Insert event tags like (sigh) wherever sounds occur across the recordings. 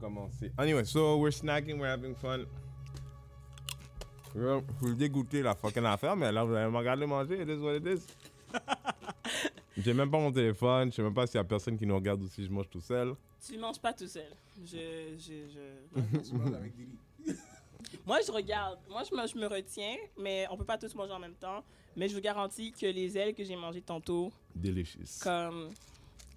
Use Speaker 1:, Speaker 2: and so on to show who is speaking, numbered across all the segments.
Speaker 1: comme on sait. Anyway, so we're snacking, we're having fun. Je je suis dégoûté la fucking affaire, mais là vous allez me regarder manger, it is what it
Speaker 2: (laughs)
Speaker 1: is. J'ai même pas mon téléphone, je sais même pas s'il y a personne qui nous regarde ou si je mange tout seul.
Speaker 2: Tu manges pas tout seul. Je, je, je...
Speaker 3: (laughs) avec Dili.
Speaker 2: (laughs) Moi, je regarde. Moi, je me, je me retiens, mais on peut pas tous manger en même temps. Mais je vous garantis que les ailes que j'ai mangées tantôt,
Speaker 1: Delicious.
Speaker 2: comme...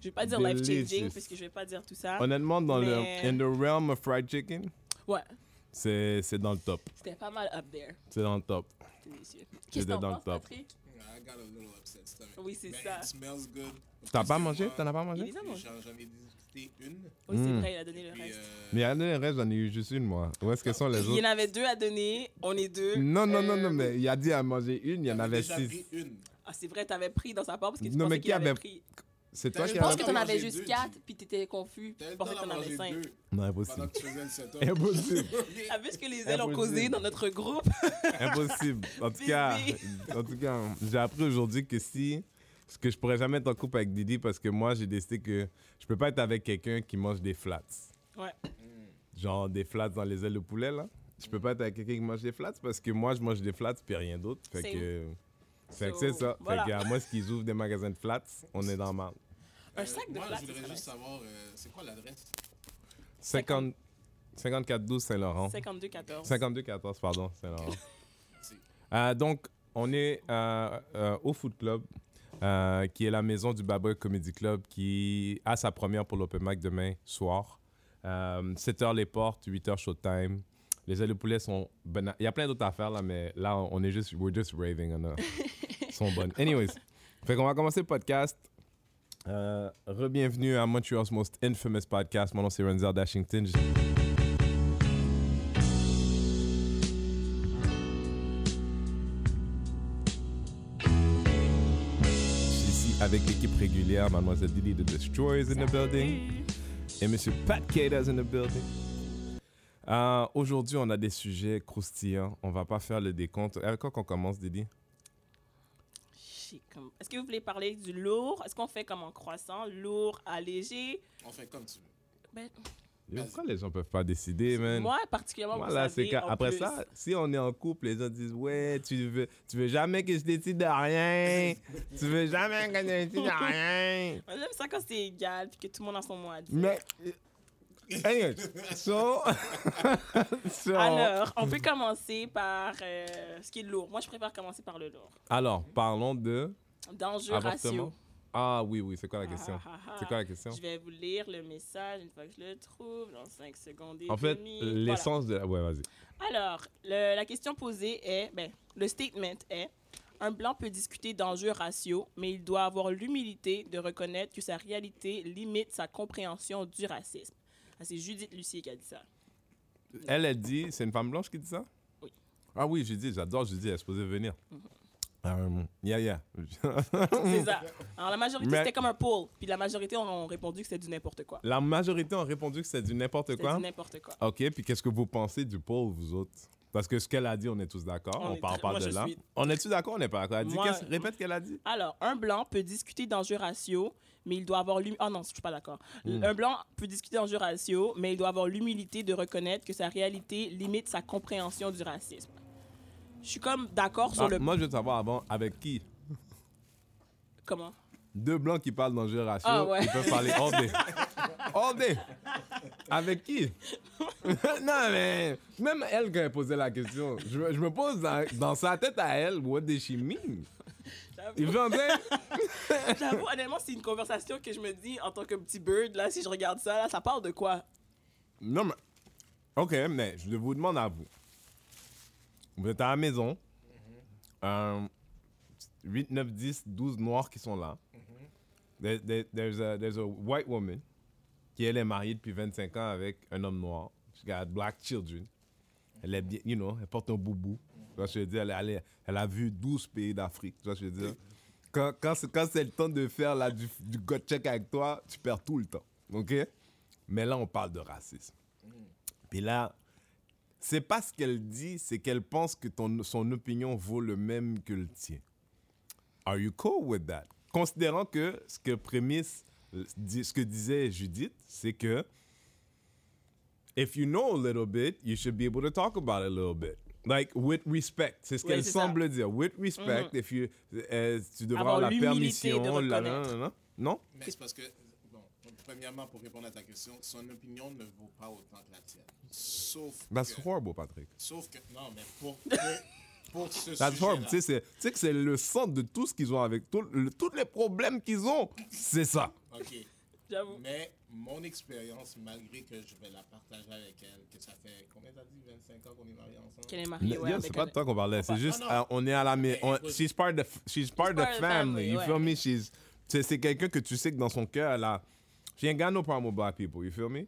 Speaker 2: Je vais pas dire life-changing,
Speaker 1: Delicious.
Speaker 2: puisque je vais pas dire tout ça.
Speaker 1: Honnêtement, dans
Speaker 2: Mais-
Speaker 1: le in the realm of fried chicken,
Speaker 2: Ouais,
Speaker 1: c'est c'est dans le top.
Speaker 2: c'était pas mal up there.
Speaker 1: C'est dans le top.
Speaker 2: C'était délicieux.
Speaker 1: J'étais
Speaker 2: Qu'est-ce que t'en
Speaker 1: dans le
Speaker 2: penses,
Speaker 1: top.
Speaker 2: Patrick?
Speaker 3: Yeah, I got a little upset stomach.
Speaker 2: Oui, Oh, c'est
Speaker 3: Man,
Speaker 2: ça.
Speaker 3: It smells good.
Speaker 1: T'as pas mangé T'en as pas
Speaker 2: Il
Speaker 1: mangé
Speaker 2: les a mangés.
Speaker 3: J'en j'en ai dégusté une.
Speaker 2: Oui, c'est
Speaker 1: Mm.
Speaker 2: vrai, il a donné le
Speaker 3: Puis,
Speaker 2: reste.
Speaker 3: euh,
Speaker 1: Mais regardez, le reste, j'en ai eu juste une, moi. Où est-ce que sont les
Speaker 2: Il y en
Speaker 1: autres
Speaker 2: avait deux à donner, on est deux.
Speaker 1: Non, non, non,
Speaker 2: Euh,
Speaker 1: non, mais il a dit à manger une, il y en
Speaker 3: j'avais
Speaker 1: avait
Speaker 3: déjà
Speaker 1: six.
Speaker 3: pris une.
Speaker 2: Ah, c'est vrai, t'avais pris dans sa part parce que tu
Speaker 1: Non, mais
Speaker 2: pensais
Speaker 1: qui
Speaker 2: qu'il avait
Speaker 1: avait-
Speaker 2: pris.
Speaker 1: C'est
Speaker 3: T'as
Speaker 1: toi
Speaker 3: eu
Speaker 1: qui
Speaker 2: Je
Speaker 3: le
Speaker 1: en
Speaker 2: pense
Speaker 1: as
Speaker 2: que
Speaker 3: temps
Speaker 1: pris
Speaker 3: d'en
Speaker 2: t'en avais
Speaker 3: manger
Speaker 2: juste
Speaker 3: deux,
Speaker 2: quatre,
Speaker 3: tu-
Speaker 2: puis t'étais confus.
Speaker 3: T'as eu
Speaker 2: Je
Speaker 3: le temps
Speaker 2: pensais que
Speaker 3: d'en
Speaker 2: t'en avais
Speaker 3: manger
Speaker 2: cinq.
Speaker 3: deux
Speaker 1: Non,
Speaker 3: pendant
Speaker 1: impossible.
Speaker 3: que tu faisais
Speaker 1: Eh,
Speaker 3: le setup. (laughs)
Speaker 1: Impossible.
Speaker 2: Avec ce que les ailes ont
Speaker 1: Impossible.
Speaker 2: causé dans notre groupe.
Speaker 1: Impossible. En tout cas,
Speaker 2: Bébé.
Speaker 1: en tout cas, j'ai appris aujourd'hui que si parce que je pourrais jamais être en couple avec Didi parce que moi j'ai décidé que je peux pas être avec quelqu'un qui mange des flats.
Speaker 2: (laughs) Ouais.
Speaker 1: Genre des flats dans les ailes de poulet là. Je peux pas être avec quelqu'un qui mange des flats parce que moi je mange des flats puis rien d'autre. Fait
Speaker 2: Same.
Speaker 1: que fait que
Speaker 2: So,
Speaker 1: c'est ça.
Speaker 2: voilà.
Speaker 1: Fait que à moins qu'ils ouvrent des magasins de flats, on est dans mal.
Speaker 2: Un
Speaker 3: Euh,
Speaker 2: sac de
Speaker 3: Moi,
Speaker 2: plats, c'est
Speaker 3: je voudrais
Speaker 2: ça.
Speaker 3: juste savoir, euh, c'est quoi l'adresse
Speaker 1: 50 54 12 Saint-Laurent.
Speaker 2: 52-14.
Speaker 1: 52-14, pardon, c'est normal.
Speaker 3: C'est-
Speaker 1: Euh, donc, on est euh, euh, au Foot Club, euh, qui est la maison du Baboy Comedy Club, qui a sa première pour l'Open Mic demain soir. 7h les portes, 8h showtime. Les ailes de poulet sont bonnes. Il y a plein d'autres affaires là, mais là, on est juste, we're just raving. On a- Elles sont bonnes. Anyways, fait qu'on va commencer le podcast. Euh, Rebienvenue à Montreal's Most Infamous Podcast. Mon nom c'est Renzel Dashington. J- ici avec l'équipe régulière, Mademoiselle Didi de Destroyers in the building et Monsieur Pat Cada's in the building. Euh, Aujourd'hui, on a des sujets croustillants. On va pas faire le décompte. Euh, Quand on commence, Didi
Speaker 2: Chic, comme- Est-ce que vous voulez parler du lourd Est-ce qu'on fait comme en croissant Lourd, allégé
Speaker 3: On fait comme tu veux.
Speaker 2: Ben,
Speaker 1: Yo, Pourquoi les gens peuvent pas décider, man
Speaker 2: Moi, particulièrement, vous
Speaker 1: Voilà, c'est
Speaker 2: savez,
Speaker 1: que
Speaker 2: en
Speaker 1: après
Speaker 2: plus-
Speaker 1: ça, si on est en couple, les gens disent ouais, tu veux, tu veux jamais que je décide de
Speaker 2: (laughs)
Speaker 1: rien, tu veux jamais que je décide de rien.
Speaker 2: Moi, J'aime ça quand c'est égal puis que tout le monde a son mot à dire.
Speaker 1: Mais anyways, so, (laughs) so-
Speaker 2: Alors, on peut commencer par euh, ce qui est lourd. Moi, je préfère commencer par le lourd.
Speaker 1: alors, parlons de
Speaker 2: D'enjeu
Speaker 1: avortement.
Speaker 2: ratio.
Speaker 1: Ah oui oui, c'est quoi la question
Speaker 2: Ah, ah, ah.
Speaker 1: C'est quoi la question
Speaker 2: Je vais vous lire le message une fois que je le trouve dans 5 secondes. et
Speaker 1: En fait,
Speaker 2: demie. Voilà.
Speaker 1: l'essence de la... ouais vas-y.
Speaker 2: Alors, le- la question posée est, ben, le statement est, un blanc peut discuter d'enjeux raciaux, mais il doit avoir l'humilité de reconnaître que sa réalité limite sa compréhension du racisme. Ah, c'est Judith Lucier qui a dit ça.
Speaker 1: Elle, elle dit, c'est une femme blanche qui dit ça?
Speaker 2: Oui. Mm-hmm.
Speaker 1: Ah oui, j'ai dit, j'adore Judy, elle est supposée venir. Euh, yeah, yeah. (laughs)
Speaker 2: C'est ça. Alors, la majorité,
Speaker 1: Mais-
Speaker 2: c'était comme un poll. Puis la majorité ont, ont répondu que c'était du n'importe quoi.
Speaker 1: La majorité ont répondu que c'est du n'importe
Speaker 2: C'était
Speaker 1: quoi.
Speaker 2: du n'importe quoi.
Speaker 1: OK, puis qu'est-ce que vous pensez du pauvre, vous autres? Parce que ce qu'elle a dit, on est tous d'accord.
Speaker 2: On
Speaker 1: On,
Speaker 2: est
Speaker 1: part
Speaker 2: très-
Speaker 1: pas
Speaker 2: moi,
Speaker 1: de
Speaker 2: je
Speaker 1: là.
Speaker 2: suis-
Speaker 1: On est-tu d'accord? On n'est pas d'accord. Elle dit,
Speaker 2: Moi-
Speaker 1: qu'est-ce- répète qu'elle a dit.
Speaker 2: Alors, un blanc peut discuter d'enjeux raciaux, mais il doit avoir l'humilité. Ah non, je suis pas d'accord.
Speaker 1: Hmm.
Speaker 2: Un blanc peut discuter d'enjeux raciaux, mais il doit avoir l'humilité de reconnaître que sa réalité limite sa compréhension du racisme. Je suis comme d'accord sur
Speaker 1: Ah,
Speaker 2: le.
Speaker 1: Moi, je veux savoir avant, avec qui?
Speaker 2: Comment
Speaker 1: Deux blancs qui parlent dans ratio,
Speaker 2: Ah, ouais.
Speaker 1: ils peuvent parler all day. All day! Avec
Speaker 2: (laughs)
Speaker 1: qui? non, mais même elle, quand elle posait la question, je, me- je me pose dans, dans sa tête à elle, what does she mean? (laughs) Il
Speaker 2: J'avoue-
Speaker 1: veut en dire,
Speaker 2: J'avoue, honnêtement, c'est une conversation que je me dis en tant que petit bird. Là, si je regarde ça, là, ça parle de quoi
Speaker 1: Non, mais. Ok, mais je vous demande à vous. Vous êtes à la maison. Euh, 8, 9, 10, 12 noirs qui sont là. There- there- there's, a, there's a white woman qui, elle, est mariée depuis 25 ans avec un homme noir. She got black children. Elle est bien, you know, elle porte un boubou. Tu vois ce que je veux dire? Elle, elle est- elle a vu 12 pays d'Afrique. Tu vois ce que je veux dire? Quand, quand, c'est- quand c'est le temps de faire là, du, du gut check avec toi, tu perds tout le temps. OK? Mais là, on parle de racisme.
Speaker 2: Mm.
Speaker 1: Puis là, c'est pas ce qu'elle dit, c'est qu'elle pense que ton, son opinion vaut le même que le tien. Are you cool with that? Considérant que ce que prémisse, euh, dit- ce que disait Judith, c'est que if you know a little bit, you should be able to talk about it a little bit. Like with respect, c'est ce
Speaker 2: Oui,
Speaker 1: qu'elle
Speaker 2: c'est ça. Mm-hmm.
Speaker 1: semble dire. With respect, if you, euh, tu devras
Speaker 2: Avoir
Speaker 1: avoir la
Speaker 2: l'humilité de
Speaker 1: permission. la- la-
Speaker 2: reconnaître.
Speaker 1: la- la- Non?
Speaker 3: Mais c'est parce que, bon, premièrement, pour répondre à ta question, son opinion ne vaut pas autant que la tienne. Sauf
Speaker 1: That's
Speaker 3: que...
Speaker 1: horrible, Patrick.
Speaker 3: Sauf que, non, mais
Speaker 1: (laughs)
Speaker 3: pour, pour, pour ce
Speaker 1: That's horrible. Tu sais, c'est-
Speaker 3: sujet
Speaker 1: tu sais que c'est le centre de tout ce qu'ils ont avec tout, le- tous les problèmes qu'ils ont. C'est ça.
Speaker 3: OK.
Speaker 2: J'avoue.
Speaker 3: Mais mon expérience, malgré que je vais la partager avec elle, que ça fait combien t'as dit 25 ans qu'on est mariés ensemble?
Speaker 2: Qu'elle est
Speaker 1: Mais,
Speaker 2: mariée,
Speaker 1: yo,
Speaker 2: ouais, avec
Speaker 1: c'est pas de
Speaker 2: un-
Speaker 1: toi qu'on parlait, c'est
Speaker 3: parle-
Speaker 1: juste
Speaker 3: non, non.
Speaker 1: euh, on est à la mais on-
Speaker 3: écoute.
Speaker 1: she's part of she's part of the family, you
Speaker 2: ouais.
Speaker 1: feel me? She's c'est c'est quelqu'un que tu sais que dans son cœur elle a she ain't got no problem with black people, you feel me?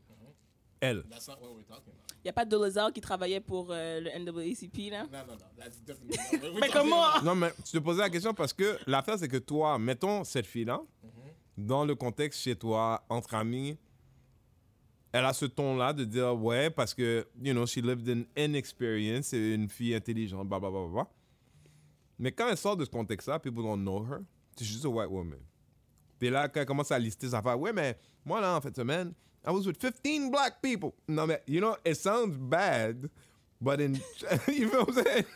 Speaker 1: Elle.
Speaker 3: That's not what we're talking about.
Speaker 2: Y a pas de Dolezal qui travaillait pour euh, le NAACP, là?
Speaker 3: Non, non, non. That's
Speaker 2: (laughs)
Speaker 3: definitely not what we're
Speaker 2: Mais
Speaker 3: talking
Speaker 2: comment?
Speaker 1: (laughs)
Speaker 3: about.
Speaker 1: Non mais je te posais la question parce que l'affaire c'est que toi, mettons cette fille là dans le contexte chez toi entre amis elle a ce ton-là de dire ouais parce que you know she lived in inexperience c'est une fille intelligente bla bla bla bla, bla. mais quand elle sort de ce contexte-là people don't know her c'est juste a white woman puis là quand elle commence à lister sa affaires ouais mais moi là en fait semaine I was with 15 black people non mais you know it sounds bad but in (laughs) you know what I'm saying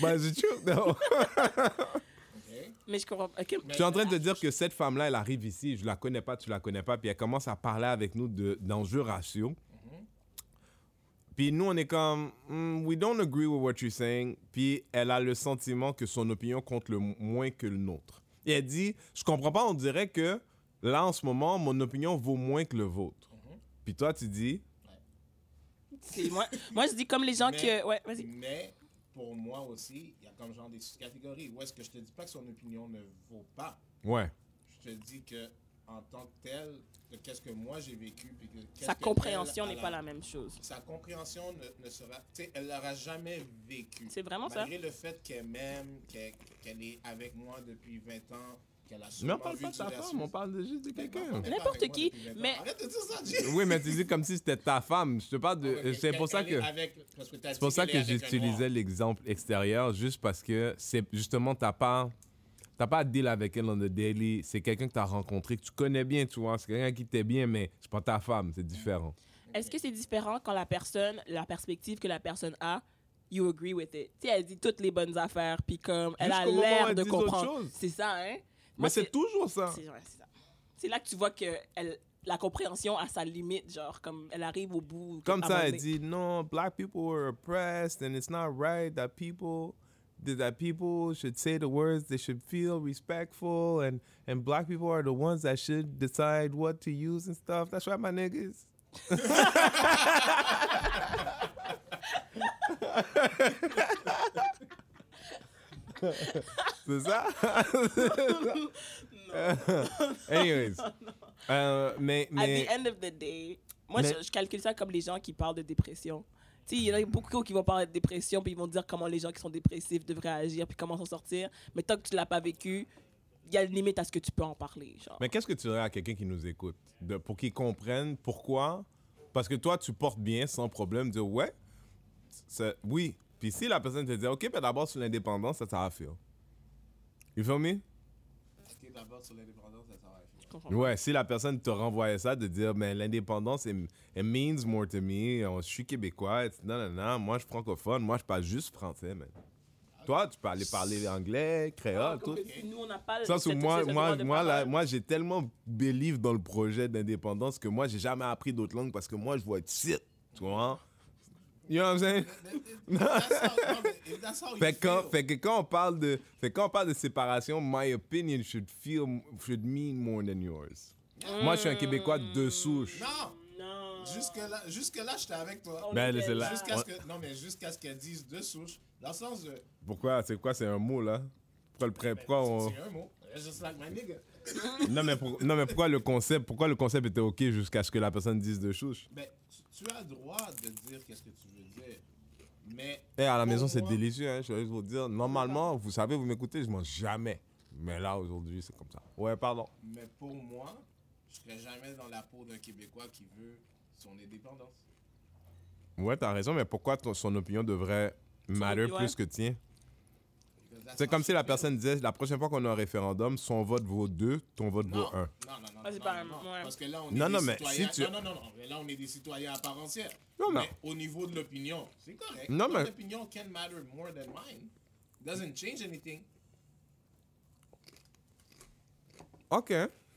Speaker 1: but it's the truth though
Speaker 3: OK?
Speaker 2: Mais je comprends. ok.
Speaker 1: je suis en train de te dire que cette femme-là, elle arrive ici, je la connais pas, tu la connais pas, puis elle commence à parler avec nous de- d'enjeux raciaux.
Speaker 3: Mm-hmm.
Speaker 1: Puis nous, on est comme, Hmm, we don't agree with what you're saying. Puis elle a le sentiment que son opinion compte le m- moins que le nôtre. Et elle dit, je comprends pas, on dirait que là, en ce moment, mon opinion vaut moins que le vôtre.
Speaker 3: Mm-hmm.
Speaker 1: Puis toi, tu dis,
Speaker 2: C'est moi. Moi, je dis comme les gens
Speaker 3: Mais-
Speaker 2: que. Ouais, vas-y.
Speaker 3: Mais pour moi aussi, il y a comme genre des sous-catégories. Où est-ce que je te dis pas que son opinion ne vaut pas?
Speaker 1: ouais.
Speaker 3: Je te dis que en tant que tel, de qu'est-ce que moi j'ai vécu. puis que qu'est-ce
Speaker 2: Sa
Speaker 3: que
Speaker 2: compréhension
Speaker 3: elle a
Speaker 2: n'est pas la même chose.
Speaker 3: Sa compréhension ne, ne sera. Tu sais, elle l'aura jamais vécu.
Speaker 2: C'est vraiment ça.
Speaker 3: Malgré le fait qu'elle m'aime, qu'elle qu'elle est avec moi depuis 20 ans, qu'elle a
Speaker 1: Mais
Speaker 3: sûrement
Speaker 1: on parle
Speaker 3: vu
Speaker 1: pas de
Speaker 3: du
Speaker 1: sa
Speaker 3: racisme.
Speaker 1: femme, on parle de juste de
Speaker 3: Elle est
Speaker 1: quelqu'un.
Speaker 3: avec moi
Speaker 2: N'importe qui,
Speaker 3: depuis 20 ans.
Speaker 2: mais-
Speaker 3: Arrête de dire ça, Jay.
Speaker 1: Oui, mais tu dis comme si c'était ta femme. Je te parle de.
Speaker 3: Ouais, mais
Speaker 1: c'est pour ça
Speaker 3: qu'elle est
Speaker 1: que.
Speaker 3: avec- parce que t'as
Speaker 1: C'est pour
Speaker 3: dit
Speaker 1: ça
Speaker 3: qu'elle
Speaker 1: que
Speaker 3: est avec un
Speaker 1: j'utilisais
Speaker 3: noir.
Speaker 1: l'exemple extérieur, juste parce que c'est justement, t'as pas, t'as pas à deal avec elle on the daily. C'est quelqu'un que t'as rencontré, que tu connais bien, tu vois. C'est quelqu'un qui t'aime bien, mais c'est pas ta femme, c'est différent.
Speaker 2: Est-ce que c'est différent quand la personne, la perspective que la personne a, you agree with it? Tu sais, elle dit toutes les bonnes affaires, puis comme elle a
Speaker 1: Jusqu'au moment où
Speaker 2: l'air
Speaker 1: elle
Speaker 2: de
Speaker 1: dit autre
Speaker 2: comprendre.
Speaker 1: chose.
Speaker 2: C'est ça, hein?
Speaker 1: mais c'est toujours ça.
Speaker 2: C'est ouais, c'est ça. C'est là que tu vois que elle, la compréhension a sa limite, genre, comme elle arrive au bout.
Speaker 1: Comme
Speaker 2: à un
Speaker 1: ça,
Speaker 2: moment
Speaker 1: elle
Speaker 2: donné.
Speaker 1: dit non, black people were oppressed and it's not right that people that that people should say the words they should feel respectful and and black people are the ones that should decide what to use and stuff. That's right, my
Speaker 2: (laughs)
Speaker 1: niggas. C'est
Speaker 2: (laughs)
Speaker 1: ça? (laughs) Anyways. Euh, mais,
Speaker 2: At
Speaker 1: mais...
Speaker 2: the end of the day, moi,
Speaker 1: Mais-
Speaker 2: je, je calcule ça comme les gens qui parlent de dépression. Tu sais, il y en a beaucoup qui vont parler de dépression, puis ils vont dire comment les gens qui sont dépressifs devraient agir, puis comment s'en sortir. Mais tant que tu l'as pas vécu, il y a une limite à ce que tu peux en parler, genre.
Speaker 1: Mais qu'est-ce que tu dirais à quelqu'un qui nous écoute de, pour qu'il comprenne pourquoi? Parce que toi, tu portes bien sans problème, dire ouais, c'est- oui. Puis si la personne te dit, OK, mais d'abord sur l'indépendance, ça t'a fait. You feel me?
Speaker 3: Ok, d'abord sur l'indépendance, ça s'arrête.
Speaker 2: Je comprends.
Speaker 1: Ouais, si la personne te renvoyait ça, de dire, mais l'indépendance, it, it means more to me. Je suis québécois. it's- Non, non, non. Moi, je suis francophone. Moi, je parle juste français, man. Toi, tu peux aller parler anglais,
Speaker 2: Ah,
Speaker 1: créole, tout.
Speaker 2: Nous, on n'a pas
Speaker 1: ah, Ça, c'est
Speaker 2: cette-
Speaker 1: moi,
Speaker 2: Euh, ce
Speaker 1: moi,
Speaker 2: droit de
Speaker 1: moi, la-
Speaker 2: parole.
Speaker 1: moi j'ai tellement believe dans le projet d'indépendance que moi, j'ai jamais appris d'autres langues parce que moi, je vois être shit, tu vois. You know what I'm saying? (laughs)
Speaker 3: That's how you
Speaker 1: Fait que, quand,
Speaker 3: feel.
Speaker 1: fait que quand on parle de, fait que quand on parle de séparation, my opinion should feel, should mean more than yours. Moi, je suis un Québécois
Speaker 2: Hmm.
Speaker 1: de souche.
Speaker 3: Non,
Speaker 2: Non.
Speaker 3: jusque-là, jusque-là j'étais avec toi.
Speaker 2: On
Speaker 1: Ben,
Speaker 2: était
Speaker 1: c'est là.
Speaker 3: Jusqu'à ce que, non, mais jusqu'à ce qu'elle dise deux souches, dans le sens de.
Speaker 1: Pourquoi? C'est quoi? C'est un mot, là? Pourquoi le, pré- pourquoi on-
Speaker 3: Ben, C'est un mot. Just like my nigga.
Speaker 1: non, mais pour- non, mais pourquoi le concept, pourquoi le concept était OK jusqu'à ce que la personne dise de souche?
Speaker 3: Ben, tu, tu as le droit de dire qu'est-ce que tu veux dire, mais.
Speaker 1: Eh, à la
Speaker 3: pour
Speaker 1: maison, c'est
Speaker 3: moi-
Speaker 1: délicieux, hein, je vais juste vous dire. Normalement, vous savez, vous m'écoutez, je mange jamais. Mais là, aujourd'hui, c'est comme ça. Ouais, pardon.
Speaker 3: Mais pour moi, je serais jamais dans la peau d'un Québécois qui veut son indépendance.
Speaker 1: Ouais, t'as raison, mais pourquoi ton- son opinion devrait matter
Speaker 2: opinion,
Speaker 1: plus que tien?
Speaker 3: Because
Speaker 1: C'est comme si la personne disait la prochaine fois qu'on a un référendum, son vote vaut 2, ton vote
Speaker 3: Non,
Speaker 1: vaut 1.
Speaker 3: non, non, non,
Speaker 2: Ah, c'est
Speaker 3: non,
Speaker 2: pas-
Speaker 3: non,
Speaker 2: ouais.
Speaker 3: Parce que là, on est
Speaker 1: Non,
Speaker 3: des
Speaker 1: non, mais
Speaker 3: citoyens.
Speaker 1: si tu-
Speaker 3: Non, non, non, non, mais Là, on est des citoyens à part entière.
Speaker 1: Non, non.
Speaker 3: mais au niveau de l'opinion, c'est correct.
Speaker 1: Non,
Speaker 3: Ton
Speaker 1: mais-
Speaker 3: opinion can matter more than mine. Doesn't change anything.
Speaker 1: Ok,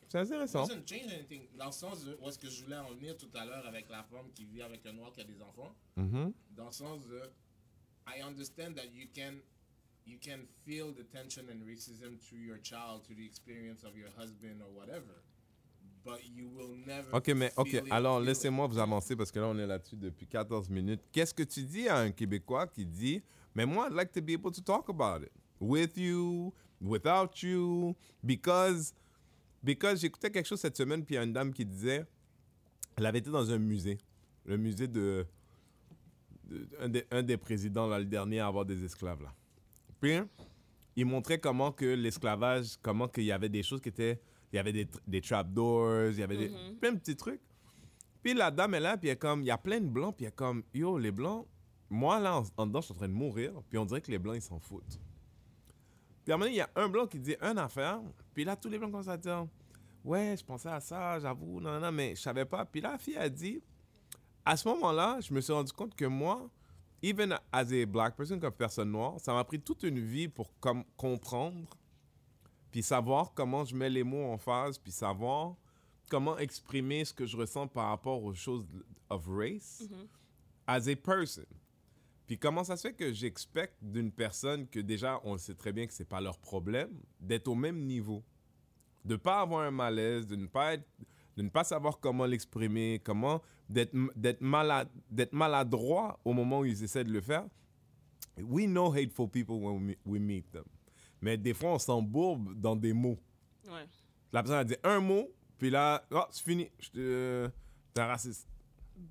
Speaker 1: c'est intéressant.
Speaker 3: Doesn't change anything. Dans le sens de, où est-ce que je voulais en venir tout à l'heure avec la femme qui vit avec un noir qui a des enfants.
Speaker 1: Mhm.
Speaker 3: dans le sens de I understand that you can you can feel the tension and racism through your child, through the experience of your husband or whatever. But you will never
Speaker 1: Ok, mais ok,
Speaker 3: feel it-
Speaker 1: alors
Speaker 3: feel it.
Speaker 1: laissez-moi vous avancer parce que là on est là-dessus depuis 14 minutes. Qu'est-ce que tu dis à un Québécois qui dit Mais moi, I'd like to be able to talk about it with you, without you, because. Because j'écoutais quelque chose cette semaine, puis il y a une dame qui disait Elle avait été dans un musée, le musée de. de- un, des, un des présidents, là, le dernier à avoir des esclaves, là. Puis, il montrait comment que l'esclavage, comment qu'il y avait des choses qui étaient. Il y avait des, tr- des trapdoors, il y avait des- plein de petits trucs. Puis la dame est là, puis elle est comme, il y a plein de blancs, puis elle est comme, yo, les blancs, moi là, en, en dedans, je suis en train de mourir, puis on dirait que les blancs, ils s'en foutent. Puis à un moment donné, il y a un blanc qui dit une affaire, puis là, tous les blancs commencent à dire, ouais, je pensais à ça, j'avoue, non, non, non, mais je savais pas. Puis là, la fille a dit, à ce moment-là, je me suis rendu compte que moi, even as a black person, comme personne noire, ça m'a pris toute une vie pour comme, comprendre, puis savoir comment je mets les mots en phase, puis savoir comment exprimer ce que je ressens par rapport aux choses of race as a person. Puis comment ça se fait que j'expecte d'une personne que déjà on le sait très bien que c'est pas leur problème d'être au même niveau, de pas avoir un malaise, de ne pas être, de ne pas savoir comment l'exprimer, comment d'être d'être malade, d'être maladroit au moment où ils essaient de le faire. We know hateful people when we- we meet them. Mais des fois on s'embourbe dans des mots.
Speaker 2: Ouais.
Speaker 1: La personne a dit un mot, puis là, oh, c'est fini. Je te- euh, T'es un raciste.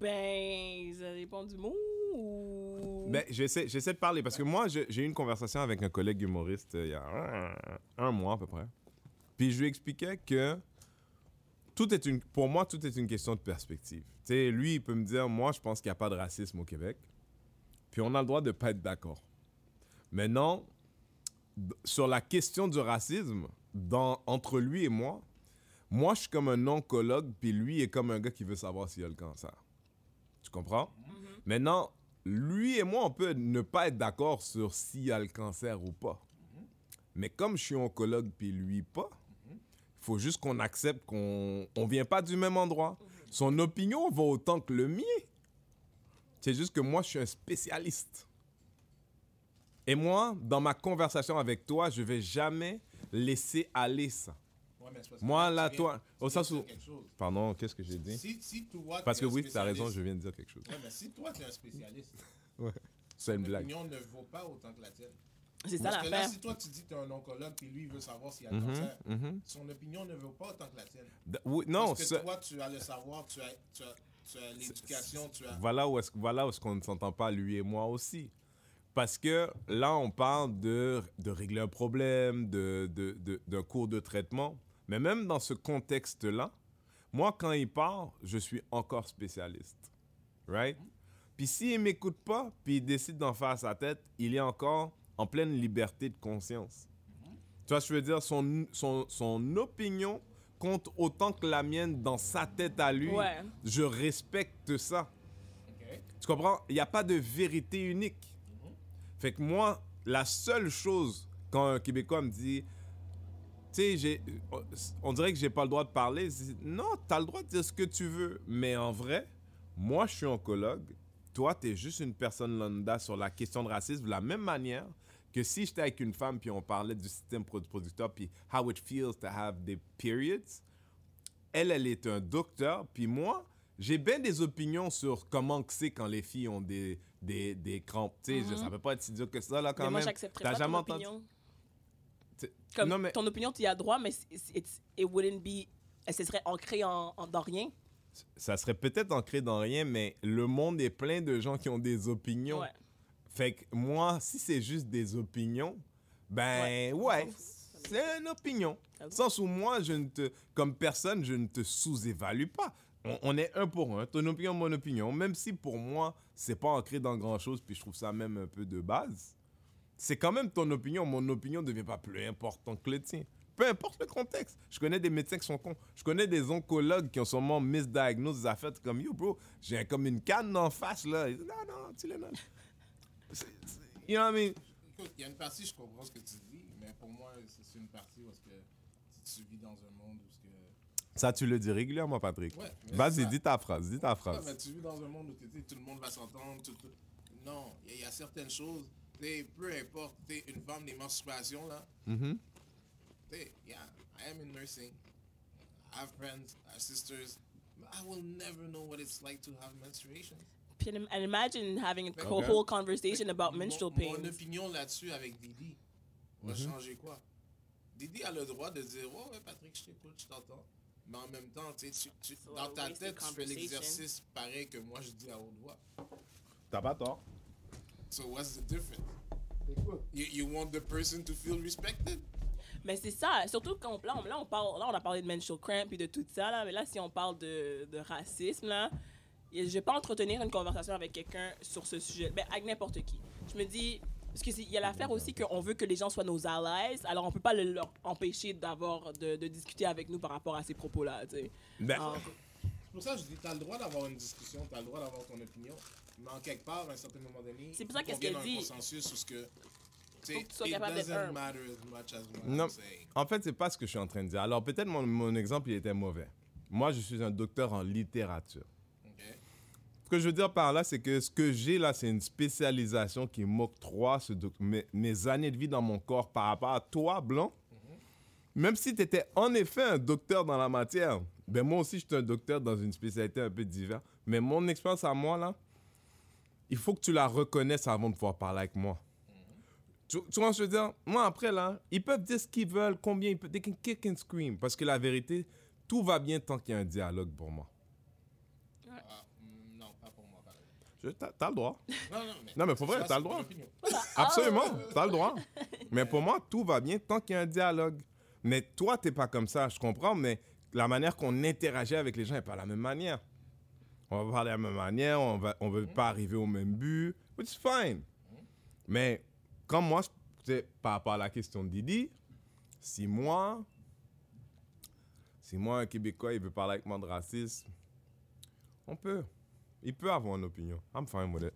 Speaker 2: Ben, ça dépend du mot ou.
Speaker 1: Mais Ben, j'essaie, j'essaie de parler parce que moi, je- j'ai eu une conversation avec un collègue humoriste euh, il y a un, un mois à peu près. Puis je lui expliquais que tout est une, pour moi, tout est une question de perspective. Tu sais, lui, il peut me dire, moi, je pense qu'il n'y a pas de racisme au Québec. Puis on a le droit de ne pas être d'accord. Maintenant, d- sur la question du racisme, dans, entre lui et moi, moi, je suis comme un oncologue, puis lui est comme un gars qui veut savoir s'il a le cancer. Tu comprends? Maintenant, lui et moi, on peut ne pas être d'accord sur s'il a le cancer ou pas. Mais comme je suis oncologue, puis lui pas, il faut juste qu'on accepte qu'on ne vient pas du même endroit. Son opinion vaut autant que le mien. C'est juste que moi, je suis un spécialiste. Et moi, dans ma conversation avec toi, je vais jamais laisser aller ça.
Speaker 3: Ouais, mais c'est parce que
Speaker 1: Moi,
Speaker 3: tu
Speaker 1: là,
Speaker 3: viens-
Speaker 1: toi,
Speaker 3: tu
Speaker 1: au
Speaker 3: viens
Speaker 1: sens
Speaker 3: dire
Speaker 1: où-
Speaker 3: quelque chose.
Speaker 1: Pardon, qu'est-ce que j'ai dit?
Speaker 3: Si, si toi,
Speaker 1: Parce
Speaker 3: t'es
Speaker 1: que
Speaker 3: un
Speaker 1: oui, tu as raison, je
Speaker 3: spécialiste-
Speaker 1: viens de dire quelque chose.
Speaker 3: Ouais, mais si toi, tu es un spécialiste,
Speaker 1: C'est (laughs) une
Speaker 3: ton
Speaker 1: blague.
Speaker 3: opinion ne vaut pas autant que la tienne.
Speaker 2: C'est ça
Speaker 3: Parce que là,
Speaker 2: l'affaire.
Speaker 3: si toi, tu dis que tu es un oncologue, puis lui, il veut savoir s'il y a
Speaker 1: Mhm,
Speaker 3: cancer,
Speaker 1: mhm.
Speaker 3: son opinion ne vaut pas autant que la tienne.
Speaker 1: D- oui, non,
Speaker 3: Parce que
Speaker 1: ça-
Speaker 3: toi, tu as le savoir, tu as, tu as, tu as l'éducation, tu as...
Speaker 1: Voilà où est-ce voilà où est-ce qu'on ne s'entend pas lui et moi aussi. Parce que là, on parle de, de régler un problème, de, de, de- d'un cours de traitement. Mais même dans ce contexte-là, moi, quand il part, je suis encore spécialiste. Right? Puis s'il ne m'écoute pas, puis il décide d'en faire sa tête, il est encore en pleine liberté de conscience. Tu vois, ce que je veux dire, son, son, son opinion compte autant que la mienne dans sa tête à lui.
Speaker 2: Ouais.
Speaker 1: Je respecte ça.
Speaker 3: Ok.
Speaker 1: Tu comprends? Il n'y a pas de vérité unique. Fait que moi, la seule chose, quand un Québécois me dit, tu sais, j'ai- euh, on dirait que j'ai pas le droit de parler, je dis, non, tu as le droit de dire ce que tu veux. Mais en vrai, moi, je suis oncologue. Toi, tu es juste une personne lambda sur la question de racisme, de la même manière que si j'étais avec une femme, puis on parlait du système produ- producteur, puis how it feels to have des periods, elle, elle est un docteur, puis moi, j'ai bien des opinions sur comment que c'est quand les filles ont des, des, des crampes. Tu sais, je- ça peut pas être si dur que ça, là, quand
Speaker 2: Mhm. Mais moi,
Speaker 1: même.
Speaker 2: j'accepterais
Speaker 1: T'as
Speaker 2: pas ton
Speaker 1: jamais entendu-
Speaker 2: opinion.
Speaker 1: T'sais,
Speaker 2: Comme
Speaker 1: non, mais-
Speaker 2: ton opinion, tu y as droit, mais c'est- c'est- it's- it wouldn't be. Ce serait ancré en, en- dans rien.
Speaker 1: Ça serait peut-être ancré dans rien, mais le monde est plein de gens qui ont des opinions.
Speaker 2: Ouais.
Speaker 1: Fait que moi, si c'est juste des opinions, ben ouais,
Speaker 2: Ouais.
Speaker 1: c'est une opinion.
Speaker 2: Ah
Speaker 1: Dans
Speaker 2: bon?
Speaker 1: le sens où moi, je ne te, comme personne, je ne te sous-évalue pas. On, on est un pour un, ton opinion, mon opinion. Même si pour moi, c'est pas ancré dans grand-chose, puis je trouve ça même un peu de base. c'est quand même ton opinion. Mon opinion ne devient pas plus importante que le tien. Peu importe le contexte. Je connais des médecins qui sont cons. Je connais des oncologues qui ont sûrement misdiagnosé des affaires comme Yo, bro, j'ai comme une canne en face, là. Ils disent, Non, non, tu l'as. You know what I mean?
Speaker 3: Écoute, il y a une partie, je comprends ce que tu dis, mais pour moi, c'est c'est une partie parce que tu, tu vis dans un monde où ce que.
Speaker 1: Ça, tu le dis régulièrement, Patrick.
Speaker 3: Ouais, mais c'est
Speaker 1: Vas-y,
Speaker 3: ça.
Speaker 1: dis ta phrase, dis ta
Speaker 3: Ouais,
Speaker 1: phrase.
Speaker 3: mais tu vis dans un monde où tu sais, tout le monde va s'entendre. tout- tout- Non, il y, a- il y a certaines choses. tu sais, peu importe, tu sais, une femme d'émancipation, là.
Speaker 1: Mhm.
Speaker 3: tu sais, yeah, I am in nursing. I have friends, I have sisters. but I will never know what it's like to have menstruation.
Speaker 2: Puis elle- elle imagine having a co-
Speaker 1: Okay.
Speaker 2: whole conversation about
Speaker 3: Mon-
Speaker 2: menstrual
Speaker 3: Mon
Speaker 2: pains.
Speaker 3: opinion là-dessus avec Didi va
Speaker 1: Mhm.
Speaker 3: changer quoi? Didi a le droit de dire Ouais, ouais, Patrick, je t'écoute, je t'entends. Mais en même temps, tu, sais, tu, tu-
Speaker 2: So
Speaker 3: dans
Speaker 2: a
Speaker 3: ta
Speaker 2: wasted
Speaker 3: tête, tu fais
Speaker 2: conversation.
Speaker 3: l'exercice pareil que moi je dis à haute voix.
Speaker 1: T'as pas tort.
Speaker 3: So what's the difference? You, you want the person to feel respected?
Speaker 2: Mais c'est ça, surtout quand là, on, là, on parle, là, on a parlé de menstrual cramp et de tout ça, là, mais là, si on parle de, de racisme, là, et je vais pas entretenir une conversation avec quelqu'un sur ce sujet, ben, avec n'importe qui. Je me dis, parce qu'il y a l'affaire aussi qu'on veut que les gens soient nos allies, alors on peut pas le- leur empêcher d'avoir, de, de discuter avec nous par rapport à ces propos-là, tu sais.
Speaker 1: Ben,
Speaker 2: Ah.
Speaker 3: C'est pour ça que je dis, t'as le droit d'avoir une discussion, t'as le droit d'avoir ton opinion, mais en quelque part, à un certain moment donné,
Speaker 2: C'est pour ça
Speaker 3: faut qu'on
Speaker 2: qu'est-ce qu'elle
Speaker 3: vienne à un
Speaker 2: dit.
Speaker 3: consensus sur ce que... tu sais,
Speaker 2: que tu sois
Speaker 3: it
Speaker 2: capable d'être
Speaker 3: doesn't
Speaker 2: humble.
Speaker 3: matter as much as what
Speaker 1: Non.
Speaker 3: I'm saying.
Speaker 1: En fait, c'est pas ce que je suis en train de dire. Alors, peut-être mon, mon exemple, il était mauvais. Moi, je suis un docteur en littérature.
Speaker 3: Ok?
Speaker 1: Ce que je veux dire par là, c'est que ce que j'ai là, c'est une spécialisation qui m'octroie ce doc- mes, mes années de vie dans mon corps par rapport à toi, Blanc. Même si tu étais en effet un docteur dans la matière, ben moi aussi, je suis un docteur dans une spécialité un peu diverse. Mais mon expérience à moi, là, il faut que tu la reconnaisses avant de pouvoir parler avec moi. Tu, tu vois, ce que je veux dire, moi après là, ils peuvent dire ce qu'ils veulent, combien ils peuvent, they can kick and scream, parce que la vérité, tout va bien tant qu'il y a un dialogue pour moi.
Speaker 3: Ah, mm, non, pas pour moi, par exemple.
Speaker 1: Je- T'as t'as le droit.
Speaker 3: Non, non, mais...
Speaker 1: Non, mais pour
Speaker 3: (laughs)
Speaker 1: vrai,
Speaker 3: Ça,
Speaker 1: t'as
Speaker 3: c'est
Speaker 1: le droit.
Speaker 3: ton opinion.
Speaker 1: (laughs) Absolument, t'as le droit. Mais pour moi, tout va bien tant qu'il y a un dialogue. Mais toi, t'es pas comme ça, je comprends, mais la manière qu'on interagit avec les gens n'est pas la même manière. On va parler de la même manière, on va, on veut pas arriver au même but, which is fine. Mais quand moi, je- tu sais, par rapport à la question de Didi, si moi, si moi, un Québécois, il veut parler avec moi de racisme, on peut. Il peut avoir une opinion. I'm fine with it.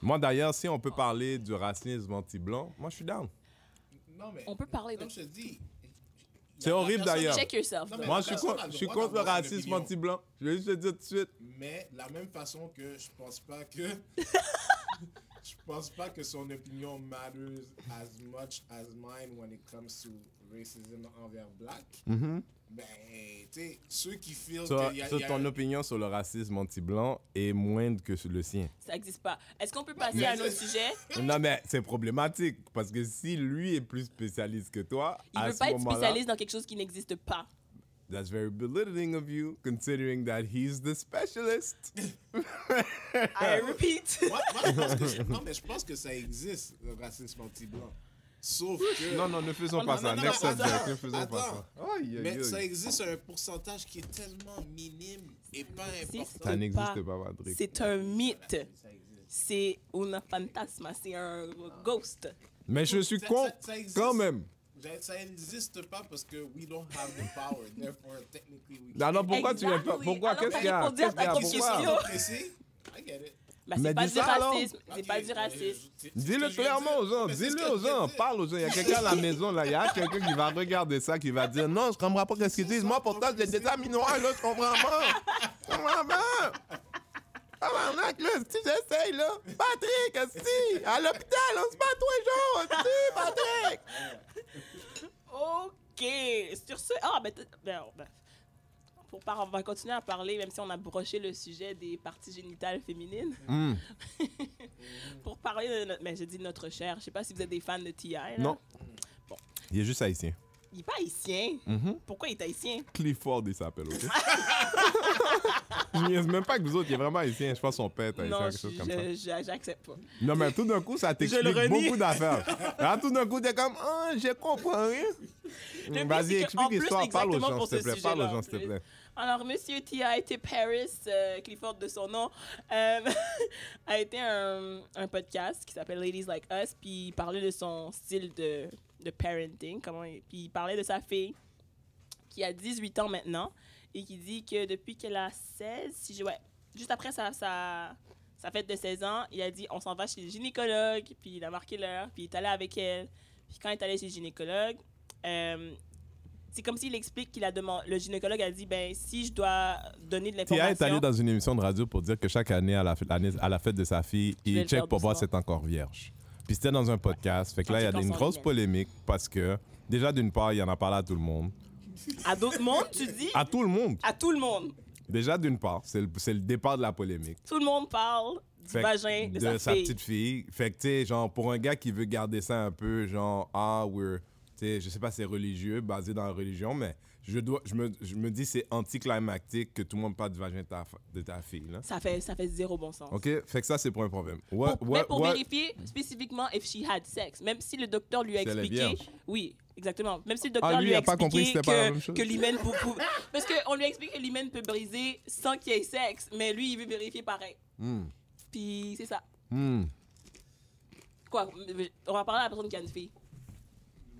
Speaker 1: Moi, d'ailleurs, si on peut parler du racisme anti-blanc, moi, je suis down.
Speaker 3: Non, mais...
Speaker 2: On peut parler de-
Speaker 3: Comme je te dis...
Speaker 1: C'est horrible, d'ailleurs.
Speaker 2: Check yourself.
Speaker 3: Non,
Speaker 2: though.
Speaker 3: mais-
Speaker 1: Moi, je suis,
Speaker 3: Ben, personne
Speaker 1: contre-
Speaker 3: a le
Speaker 1: je suis
Speaker 3: droit
Speaker 1: contre le
Speaker 3: d'avoir une
Speaker 1: racisme
Speaker 3: opinion.
Speaker 1: anti-blanc. Je vais juste le dire tout de suite.
Speaker 3: Mais de la même façon que je pense
Speaker 2: (laughs)
Speaker 3: pas que... Je pense pas que son opinion matters as much as mine when it comes to racism envers black. Ben, tu sais, ceux qui feel
Speaker 1: Toi,
Speaker 3: qu'il y a-
Speaker 1: toi,
Speaker 3: il y a
Speaker 1: ton
Speaker 3: un-
Speaker 1: opinion sur le racisme anti-blanc est moindre que le sien.
Speaker 2: Ça n'existe pas. Est-ce qu'on peut passer
Speaker 3: mais
Speaker 2: à un
Speaker 3: c'est-
Speaker 2: autre sujet?
Speaker 1: Non, mais c'est problématique parce que si lui est plus spécialiste que toi,
Speaker 2: Il
Speaker 1: à
Speaker 2: ne veut
Speaker 1: ce
Speaker 2: pas être
Speaker 1: moment-là-
Speaker 2: spécialiste dans quelque chose qui n'existe pas.
Speaker 1: That's very belittling of you, considering that he's the specialist.
Speaker 3: (laughs)
Speaker 2: I repeat.
Speaker 3: Moi, moi, je pense
Speaker 1: (laughs)
Speaker 3: que c'est- non, mais je pense que ça existe, le racisme anti-blanc. Sauf que.
Speaker 1: Non, non, ne faisons
Speaker 2: Oh,
Speaker 1: pas
Speaker 2: non,
Speaker 1: ça.
Speaker 3: non, non,
Speaker 1: Next
Speaker 3: attends,
Speaker 1: subject, ne faisons pas
Speaker 3: attends.
Speaker 1: ça. Aïe,
Speaker 3: Mais
Speaker 1: aïe,
Speaker 3: ça
Speaker 1: aïe.
Speaker 3: existe un pourcentage qui est tellement minime et pas important.
Speaker 1: Ça
Speaker 2: existe
Speaker 1: n'existe
Speaker 2: pas.
Speaker 1: pas, Patrick.
Speaker 2: C'est un mythe.
Speaker 3: Ça existe.
Speaker 2: C'est un fantasme. C'est un ghost.
Speaker 1: Mais je suis
Speaker 3: Ça-
Speaker 1: con
Speaker 3: ça- ça existe.
Speaker 1: quand même.
Speaker 3: Ça- Ça n'existe pas parce que we don't have the power. Therefore, technically, we can't.
Speaker 1: Alors pourquoi tu l'as pas
Speaker 2: Exactly.
Speaker 1: Pourquoi
Speaker 2: Alors,
Speaker 1: Qu'est-ce qu'il y a
Speaker 2: pour dire
Speaker 1: Qu'est-ce qu'il y a
Speaker 2: ta
Speaker 3: Qui
Speaker 2: question.
Speaker 1: Pourquoi
Speaker 3: sont oppressés, I get it.
Speaker 2: Bah,
Speaker 1: Mais
Speaker 2: c'est pas
Speaker 1: dis
Speaker 2: du
Speaker 1: ça, alors.
Speaker 2: racisme. C'est pas
Speaker 3: Ok,
Speaker 2: du
Speaker 3: je-
Speaker 2: racisme.
Speaker 3: je- c'est- c'est ce que
Speaker 1: Dis-le
Speaker 3: je viens de
Speaker 1: clairement
Speaker 3: dire.
Speaker 1: aux gens,
Speaker 3: Mais c'est ce
Speaker 1: dis-le
Speaker 3: que
Speaker 1: aux
Speaker 3: je viens
Speaker 1: gens,
Speaker 3: de dire.
Speaker 1: parle aux gens. Il y a quelqu'un à la maison, là, il y a quelqu'un qui va regarder ça, qui va dire non, je comprends pas qu'est-ce qu'ils disent. Moi, pourtant, j'ai des amis noirs, là, je comprends pas. Je comprends pas. Tabarnak, là, si j'essaye, là. Patrick, si, à l'hôpital, on se bat tous les jours, si, Patrick.
Speaker 2: OK. Sur ce... Ah, ben, t- ben, ben. Pour par- on va continuer à parler, même si on a broché le sujet des parties génitales féminines.
Speaker 1: Hmm.
Speaker 2: (laughs) Pour parler de notre... Mais j'ai dit notre cher. Je sais pas si vous êtes des fans de T.I. là.
Speaker 1: Non. Il est juste haïtien.
Speaker 2: Il est pas haïtien.
Speaker 1: Mhm.
Speaker 2: Pourquoi il est haïtien?
Speaker 1: Clifford, il s'appelle, ok? (laughs) Je niaise même pas que vous autres, il est vraiment haïtien. Je pense que son père est haïtien,
Speaker 2: non,
Speaker 1: Ben, quelque chose comme ça.
Speaker 2: je- je- j'accepte pas.
Speaker 1: Non, mais tout d'un coup, ça
Speaker 2: Je le
Speaker 1: t'explique
Speaker 2: renie.
Speaker 1: beaucoup d'affaires. Là, tout d'un coup, t'es comme, ah, je comprends rien.
Speaker 2: Le
Speaker 1: Mm,
Speaker 2: pire,
Speaker 1: Vas-y,
Speaker 2: c'est que, en
Speaker 1: explique
Speaker 2: plus,
Speaker 1: l'histoire. Parle aux
Speaker 2: exactement
Speaker 1: gens,
Speaker 2: pour
Speaker 1: s'il te
Speaker 2: ce
Speaker 1: plaît. Parle aux
Speaker 2: sujet-là,
Speaker 1: gens,
Speaker 2: en
Speaker 1: s'il te
Speaker 2: plus.
Speaker 1: plaît.
Speaker 2: Alors, Monsieur T.I.T. Paris, euh, Clifford de son nom, euh, (laughs) a été un, un podcast qui s'appelle Ladies Like Us, puis il parlait de son style de, de parenting, comment il- puis il parlait de sa fille qui a 18 ans maintenant et qui dit que depuis qu'elle a 16, si je, ouais, juste après sa, sa, sa fête de 16 ans, il a dit on s'en va chez le gynécologue, puis il a marqué l'heure, puis il est allé avec elle. Puis quand il est allé chez le gynécologue, euh, c'est comme s'il explique qu'il a demandé. Le gynécologue a dit ben si je dois donner de
Speaker 1: Tia
Speaker 2: l'information.
Speaker 1: est allée dans une émission de radio pour dire que chaque année, à la, f- l'année- à la fête de sa fille,
Speaker 2: vais
Speaker 1: il
Speaker 2: le faire
Speaker 1: check pour voir si
Speaker 2: doucement.
Speaker 1: c'est encore vierge. Puis c'était dans un podcast. Fait que là, il y a
Speaker 2: checkant
Speaker 1: une
Speaker 2: son
Speaker 1: grosse
Speaker 2: email.
Speaker 1: polémique parce que, déjà, d'une part, il y en a parlé à tout le monde.
Speaker 2: À d'autres mondes, tu dis
Speaker 1: À tout le monde!
Speaker 2: À tout le monde.
Speaker 1: Déjà, d'une part, c'est le, c'est le départ de la polémique.
Speaker 2: Tout le monde parle du
Speaker 1: Fait que
Speaker 2: vagin de, sa, fille.
Speaker 1: petite fille. Fait que, tu sais, genre, pour un gars qui veut garder ça un peu, genre, ah, we're. Tu sais, je sais pas, c'est religieux, basé dans la religion, mais je, dois, je, me, je me dis, c'est anticlimactique que tout le monde parle du vagin de ta, de ta fille, là.
Speaker 2: Ça fait, ça fait zéro bon sens.
Speaker 1: OK? Fait que ça, c'est pour un problème. What,
Speaker 2: Pour-
Speaker 1: what-
Speaker 2: mais pour
Speaker 1: what-
Speaker 2: vérifier spécifiquement if she had sex, même si le docteur lui a
Speaker 1: Si elle est
Speaker 2: expliqué.
Speaker 1: vierge.
Speaker 2: Oui, exactement. Même si le docteur
Speaker 1: Ah, lui,
Speaker 2: lui
Speaker 1: il
Speaker 2: a
Speaker 1: a pas compris que
Speaker 2: expliqué
Speaker 1: c'était pas la même
Speaker 2: que,
Speaker 1: chose.
Speaker 2: que l'hymen pou- pou- Parce qu'on lui a expliqué que l'hymen peut briser sans qu'il y ait sexe, mais lui, il veut vérifier pareil.
Speaker 1: Hmm,
Speaker 2: Puis c'est ça.
Speaker 1: hmm.
Speaker 2: Quoi On va parler à la personne qui a une fille.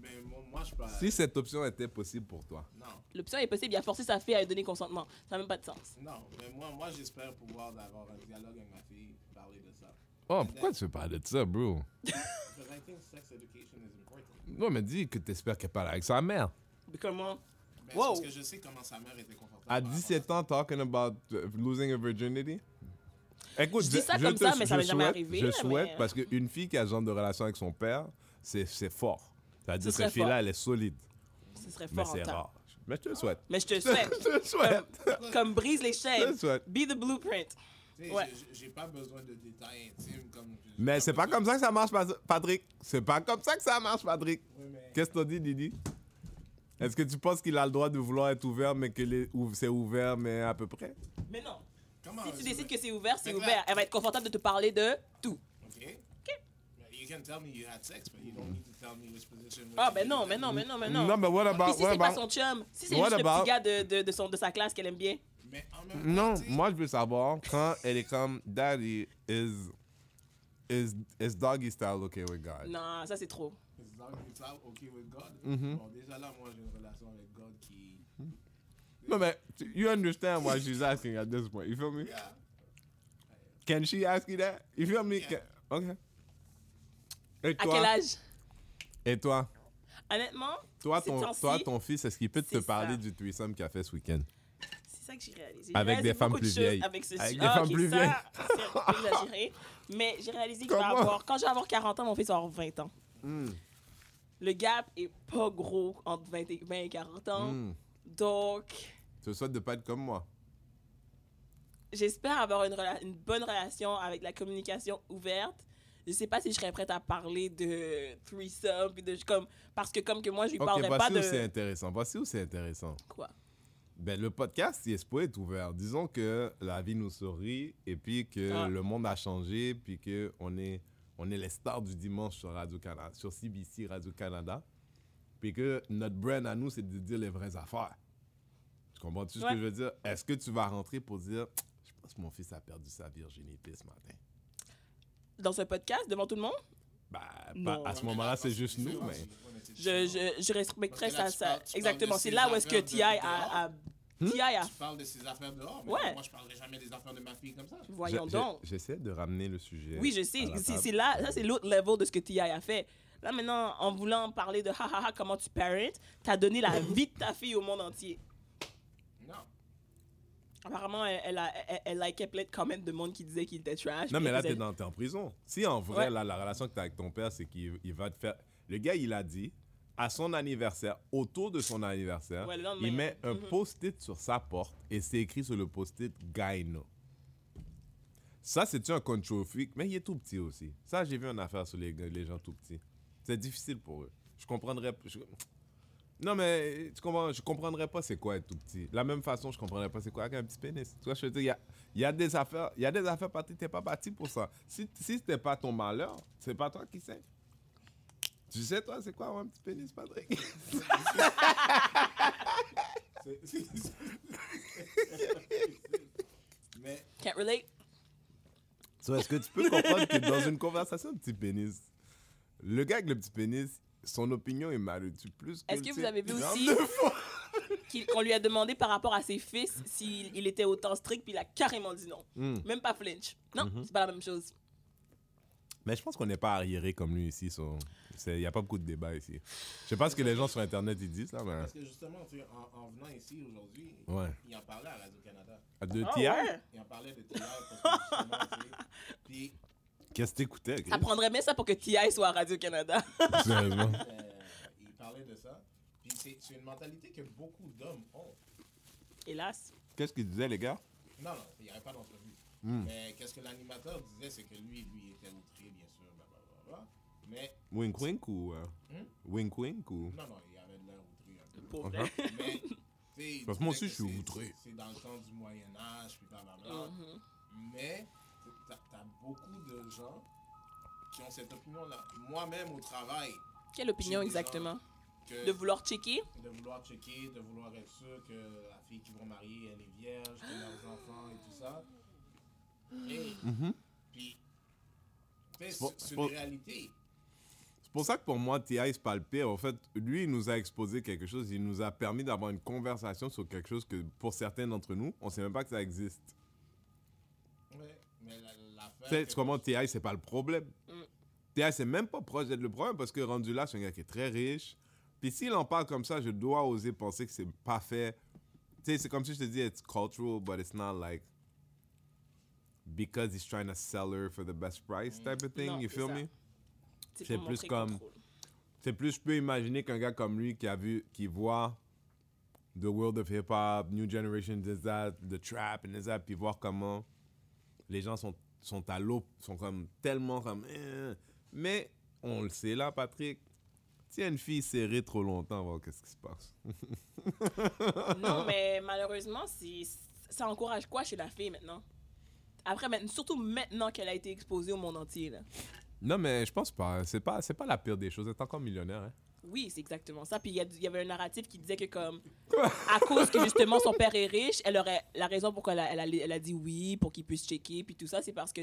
Speaker 3: Mais moi, moi, je parle.
Speaker 1: Si cette option était possible pour toi.
Speaker 3: Non,
Speaker 2: L'option est possible, il a forcé sa fille à lui donner consentement. Ça n'a même pas de sens.
Speaker 3: non, mais moi, moi j'espère pouvoir avoir un dialogue avec ma fille, parler de ça.
Speaker 1: Oh, pourquoi tu veux parler de ça, bro?
Speaker 3: Because I think sex education is important.
Speaker 1: Non, mais dis que t'espères qu'elle parle avec sa mère.
Speaker 2: Mais comment
Speaker 3: Mais
Speaker 2: Wow.
Speaker 3: Parce que je sais comment sa mère était confortable.
Speaker 1: À
Speaker 3: par rapport
Speaker 1: 17 ans, talking about uh, losing a virginity? Écoute,
Speaker 2: Je dis ça comme ça, mais ça
Speaker 1: je
Speaker 2: m'est jamais
Speaker 1: souhaite-
Speaker 2: arrivé,
Speaker 1: Je
Speaker 2: là,
Speaker 1: souhaite,
Speaker 2: mais- euh.
Speaker 1: parce qu'une fille qui a ce genre de relation avec son père, c'est c'est fort. C'est-à-dire que
Speaker 2: serait
Speaker 1: cette fille-là,
Speaker 2: fort.
Speaker 1: elle est solide,
Speaker 2: Ce serait
Speaker 1: mais
Speaker 2: fort en
Speaker 1: c'est
Speaker 2: temps.
Speaker 1: rare. Mais je te le souhaite.
Speaker 2: Mais je te le
Speaker 1: (laughs) Je
Speaker 2: souhaite, Euh,
Speaker 1: te le souhaite.
Speaker 2: comme brise les
Speaker 1: Je te
Speaker 2: chaînes.
Speaker 1: le souhaite.
Speaker 2: Be the blueprint.
Speaker 3: Tu sais,
Speaker 2: Ouais.
Speaker 3: j'ai- J'ai pas besoin de détails intimes comme. j'ai
Speaker 1: Mais c'est pas
Speaker 3: besoin-
Speaker 1: comme ça que ça marche, Pat- Patrick. C'est pas comme ça que ça marche, Patrick.
Speaker 3: Oui, mais-
Speaker 1: Qu'est-ce que t'as dit, Didi? Est-ce que tu penses qu'il a le droit de vouloir être ouvert, mais que les- ou- c'est ouvert, mais à peu près?
Speaker 2: Mais non.
Speaker 3: Comment
Speaker 2: Si tu
Speaker 3: je-
Speaker 2: décides que c'est ouvert, c'est
Speaker 3: Fait que là-
Speaker 2: ouvert. Elle va être confortable de te parler de tout.
Speaker 3: Okay. Now, You can tell me you had sex, but you don't need to tell me which position.
Speaker 2: Ah, ben non, mais non, mais non, mais non.
Speaker 1: mais what
Speaker 2: Puis
Speaker 1: about...
Speaker 2: si
Speaker 1: what
Speaker 2: c'est pas
Speaker 1: about-
Speaker 2: son chum, si c'est
Speaker 1: What
Speaker 2: juste le
Speaker 1: about-
Speaker 2: petit gars de, de, de son, de sa classe qu'elle aime bien.
Speaker 3: Mais en même temps,
Speaker 1: Non,
Speaker 3: tu sais,
Speaker 1: moi je veux savoir quand elle est comme Daddy is is is doggy style okay with God.
Speaker 2: Non, ça c'est trop.
Speaker 3: as long as it's out, okay with God. Bon, déjà là, moi j'ai une relation avec God qui.
Speaker 1: No, but you understand why she's asking at this point. You feel me?
Speaker 3: Yeah.
Speaker 1: Can she ask you that? You feel me?
Speaker 3: Yeah.
Speaker 1: Can- okay. Et
Speaker 2: À
Speaker 1: toi?
Speaker 2: quel âge
Speaker 1: Et toi?
Speaker 2: Honnêtement,
Speaker 1: Toi
Speaker 2: ces
Speaker 1: ton,
Speaker 2: temps-ci,
Speaker 1: toi, ton fils, est-ce qu'il peut te
Speaker 2: c'est
Speaker 1: parler
Speaker 2: ça.
Speaker 1: du threesome qu'il a fait ce week-end?
Speaker 2: c'est ça que j'ai réalisé. J'ai
Speaker 1: Avec
Speaker 2: réalisé
Speaker 1: des femmes
Speaker 2: beaucoup de
Speaker 1: plus
Speaker 2: choses
Speaker 1: vieilles.
Speaker 2: Avec, ce
Speaker 1: Avec
Speaker 2: su-
Speaker 1: des
Speaker 2: Ah,
Speaker 1: femmes
Speaker 2: ok,
Speaker 1: plus
Speaker 2: ça,
Speaker 1: vieilles.
Speaker 2: (laughs) c'est un peu exagéré. Mais j'ai réalisé que je vais
Speaker 1: Comment? Hmm.
Speaker 2: avoir, quand je vais avoir 40 ans, mon fils va avoir 20 ans. Le gap est pas gros entre 20 et, 20 et 40 ans.
Speaker 1: Mm.
Speaker 2: Donc.
Speaker 1: Je te souhaite de pas être comme moi.
Speaker 2: j'espère avoir une, rela- une bonne relation avec la communication ouverte. Je sais pas si je serais prête à parler de threesome puis de comme parce que comme que moi je lui
Speaker 1: Ok,
Speaker 2: parlerais pas
Speaker 1: voici où c'est
Speaker 2: de
Speaker 1: intéressant. Voici où c'est intéressant.
Speaker 2: quoi.
Speaker 1: Ben, le podcast, il est supposé être ouvert. Disons que la vie nous sourit et puis que
Speaker 2: Ah.
Speaker 1: le monde a changé, puis qu'on est, on est les stars du dimanche sur Radio-Canada, sur CBC Radio-Canada, puis que notre brand à nous, c'est de dire les vraies affaires. Tu comprends-tu ce
Speaker 2: Ouais.
Speaker 1: que je veux dire? Est-ce que tu vas rentrer pour dire « Je pense que mon fils a perdu sa virginité ce matin.
Speaker 2: Dans ce podcast devant tout le monde,
Speaker 1: Ben, pas-
Speaker 2: Non.
Speaker 1: à ce moment-là, c'est juste nous,
Speaker 3: on
Speaker 1: mais...
Speaker 3: était- on était
Speaker 2: je,
Speaker 3: chill.
Speaker 2: je, je respecterais
Speaker 3: Parce que
Speaker 2: ça,
Speaker 3: là, tu
Speaker 2: ça-
Speaker 3: parles- tu parles
Speaker 2: exactement.
Speaker 3: de
Speaker 2: C'est
Speaker 3: ces
Speaker 2: là où est-ce que
Speaker 3: affaires de-
Speaker 2: TI a, a-
Speaker 1: Hmm?
Speaker 2: TI a
Speaker 3: hein. Tu parles de ses affaires dehors, mais
Speaker 2: Ouais.
Speaker 3: moi je parlerai jamais des affaires de ma fille comme ça.
Speaker 2: voyons
Speaker 1: Je- je-
Speaker 2: donc.
Speaker 1: J'essaie de ramener le sujet.
Speaker 2: Oui, je sais.
Speaker 1: à la
Speaker 2: C'est-
Speaker 1: table.
Speaker 2: C'est là, ça c'est l'autre level de ce que TI a fait. Là maintenant, en voulant parler de ha ha ha comment tu parent, t'as
Speaker 1: (laughs)
Speaker 2: donné la vie de ta fille au monde entier.
Speaker 3: Non.
Speaker 2: Apparemment, elle, elle, a- elle, elle likait plein de comments de monde qui disait qu'il était trash.
Speaker 1: Non,
Speaker 2: puis
Speaker 1: mais là,
Speaker 2: elle
Speaker 1: t'es,
Speaker 2: faisait-
Speaker 1: dans, t'es en prison. Si en vrai,
Speaker 2: Ouais.
Speaker 1: là, la relation que t'as avec ton père, c'est qu'il il va te faire. Le gars, il a dit, à son anniversaire, autour de son anniversaire,
Speaker 2: Ouais, le lendemain.
Speaker 1: il met un
Speaker 2: Mhm.
Speaker 1: post-it sur sa porte et c'est écrit sur le post-it Gaino. Ça, c'est-tu un control freak? Mais il est tout petit aussi. Ça, j'ai vu une affaire sur les, gars- les gens tout petits. C'est difficile pour eux. Je comprendrais. je- Non, mais tu comprends, je comprendrais pas c'est quoi être tout petit. De la même façon, je comprendrais pas c'est quoi qu'un petit pénis. Tu vois, je veux dire, il y a, il y a des affaires, il y a des affaires, Patrick, t'es pas bâti pour ça. Si, si c'était pas ton malheur, c'est pas toi qui sais. Tu sais, toi, c'est quoi avoir un petit pénis, Patrick?
Speaker 3: C'est- c'est- (laughs) Mais
Speaker 2: Can't relate.
Speaker 1: So, est-ce que tu peux comprendre que dans une conversation de petit pénis, le gars avec le petit pénis, son opinion est mal reçue plus que
Speaker 2: Est-ce que
Speaker 1: le
Speaker 2: vous
Speaker 1: tien?
Speaker 2: avez vu
Speaker 1: Genre
Speaker 2: aussi-
Speaker 1: de fois.
Speaker 2: Qu'il- Qu'on lui a demandé par rapport à ses fils s'il il était autant strict, puis il a carrément dit non.
Speaker 1: Hmm.
Speaker 2: Même pas flinch. Non,
Speaker 1: Mhm.
Speaker 2: c'est pas la même chose.
Speaker 1: Mais je pense qu'on n'est pas arriéré comme lui ici. so- c'est- Il n'y a pas beaucoup de débats ici. Je sais pas ce que les gens sur Internet ils disent là, mais.
Speaker 3: parce que justement, tu sais, en, en venant ici aujourd'hui,
Speaker 1: Ouais.
Speaker 3: il en parlait à Radio-Canada.
Speaker 1: À deux
Speaker 2: Ah
Speaker 1: tiers,
Speaker 2: ouais?
Speaker 3: Il en parlait de TI parce que justement, tu
Speaker 2: (laughs)
Speaker 3: sais, puis,
Speaker 1: qu'est-ce que t'écoutais?
Speaker 2: Ça prendrait bien ça pour que T.I. soit à Radio-Canada. (laughs)
Speaker 1: Chris? (laughs) Sérieusement.
Speaker 3: euh, il parlait de ça. Puis c'est c'est une mentalité que beaucoup d'hommes ont.
Speaker 2: Hélas.
Speaker 1: Qu'est-ce qu'ils disaient, les gars?
Speaker 3: Non, non, il n'y avait pas d'entrevue.
Speaker 1: Hmm.
Speaker 3: Mais qu'est-ce que l'animateur disait, c'est que lui, lui était outré, bien sûr, blablabla. Mais
Speaker 1: Wink wink ou. euh,
Speaker 3: Hmm?
Speaker 1: Wink wink ou.
Speaker 3: non, non, il avait de l'air outré un peu.
Speaker 2: Pauvre.
Speaker 1: Uh-huh.
Speaker 3: Mais, tu sais, il
Speaker 1: Parce que moi
Speaker 3: disait
Speaker 1: aussi,
Speaker 3: que
Speaker 1: je suis
Speaker 3: c'est-
Speaker 1: outré.
Speaker 3: C'est dans le temps du Moyen-Âge, puis blablabla.
Speaker 2: Mhm.
Speaker 3: Mais t'as as beaucoup de gens qui ont cette opinion-là. Moi-même au travail,
Speaker 2: (laughs) Quelle opinion
Speaker 3: J'ai des
Speaker 2: exactement
Speaker 3: que
Speaker 2: De vouloir checker
Speaker 3: de vouloir checker, de vouloir être sûr que la fille qu'ils vont marier, elle est vierge, qu'elle a des enfants et tout ça. Et puis, tu sais,
Speaker 1: Bon,
Speaker 3: c'est c'est
Speaker 1: bon.
Speaker 3: une réalité.
Speaker 1: C'est pour ça que pour moi, T.I. c'est pas le pire. En fait, lui, il nous a exposé quelque chose. Il nous a permis d'avoir une conversation sur quelque chose que pour certains d'entre nous, on sait même pas que ça existe.
Speaker 3: Ouais, mais la-
Speaker 1: Tu
Speaker 3: l'affaire.
Speaker 1: sais,
Speaker 3: que-
Speaker 1: tu comprends, TI, c'est pas le problème.
Speaker 2: Mm.
Speaker 1: TI, c'est même pas proche d'être le problème parce que rendu là, c'est un gars qui est très riche. Puis s'il en parle comme ça, je dois oser penser que c'est pas fait. Tu sais, c'est comme si je te dis, it's cultural, but it's not like. Because he's trying to sell her for the best price type of thing,
Speaker 2: Non,
Speaker 1: you
Speaker 2: c'est
Speaker 1: feel
Speaker 2: ça.
Speaker 1: me?
Speaker 2: C'est
Speaker 1: C'est
Speaker 2: pour
Speaker 1: plus
Speaker 2: montrer
Speaker 1: comme-
Speaker 2: contrôle.
Speaker 1: C'est plus, je peux imaginer qu'un gars comme lui qui a vu, qui voit The World of Hip Hop, New Generation does that, The Trap and this that, puis voir comment les gens sont, sont à l'eau, sont comme tellement comme. euh. Mais on le sait là, Patrick. Si une fille serrée trop longtemps, on va voir qu'est-ce qui se passe.
Speaker 2: Non, (laughs) mais malheureusement, c'est- ça encourage quoi chez la fille maintenant Après, maintenant, surtout maintenant qu'elle a été exposée au monde entier. Là.
Speaker 1: Non, mais je pense pas. C'est pas, c'est pas la pire des choses. Elle est encore millionnaire. Hein.
Speaker 2: Oui, c'est exactement ça. Puis il y, a du- il y avait un narratif qui disait que comme
Speaker 1: (laughs)
Speaker 2: à cause que justement son père est riche, elle aurait la raison pourquoi elle a, elle a- elle a dit oui pour qu'il puisse checker puis tout ça, c'est parce que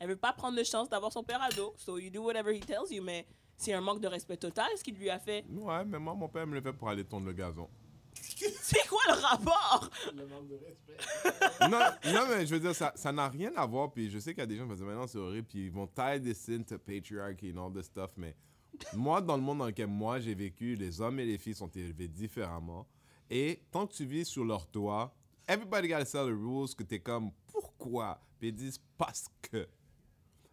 Speaker 2: elle veut pas prendre de chance d'avoir son père à dos. So you do whatever he tells you, mais c'est un manque de respect total ce qu'il lui a fait. (laughs)
Speaker 1: Ouais, mais moi, mon père me le fait pour aller tourner le gazon.
Speaker 2: C'est quoi le rapport
Speaker 3: Le manque de respect.
Speaker 1: non, non, mais je veux dire, ça ça n'a rien à voir. Puis je sais qu'il y a des gens qui vont dire, mais non, c'est horrible. Puis ils vont tie this into patriarchy and all this stuff. Mais moi, dans le monde dans lequel moi j'ai vécu, les hommes et les filles sont élevés différemment. Et tant que tu vis sur leur toit, everybody gotta sell the rules que t'es comme, pourquoi? Puis ils disent, parce que.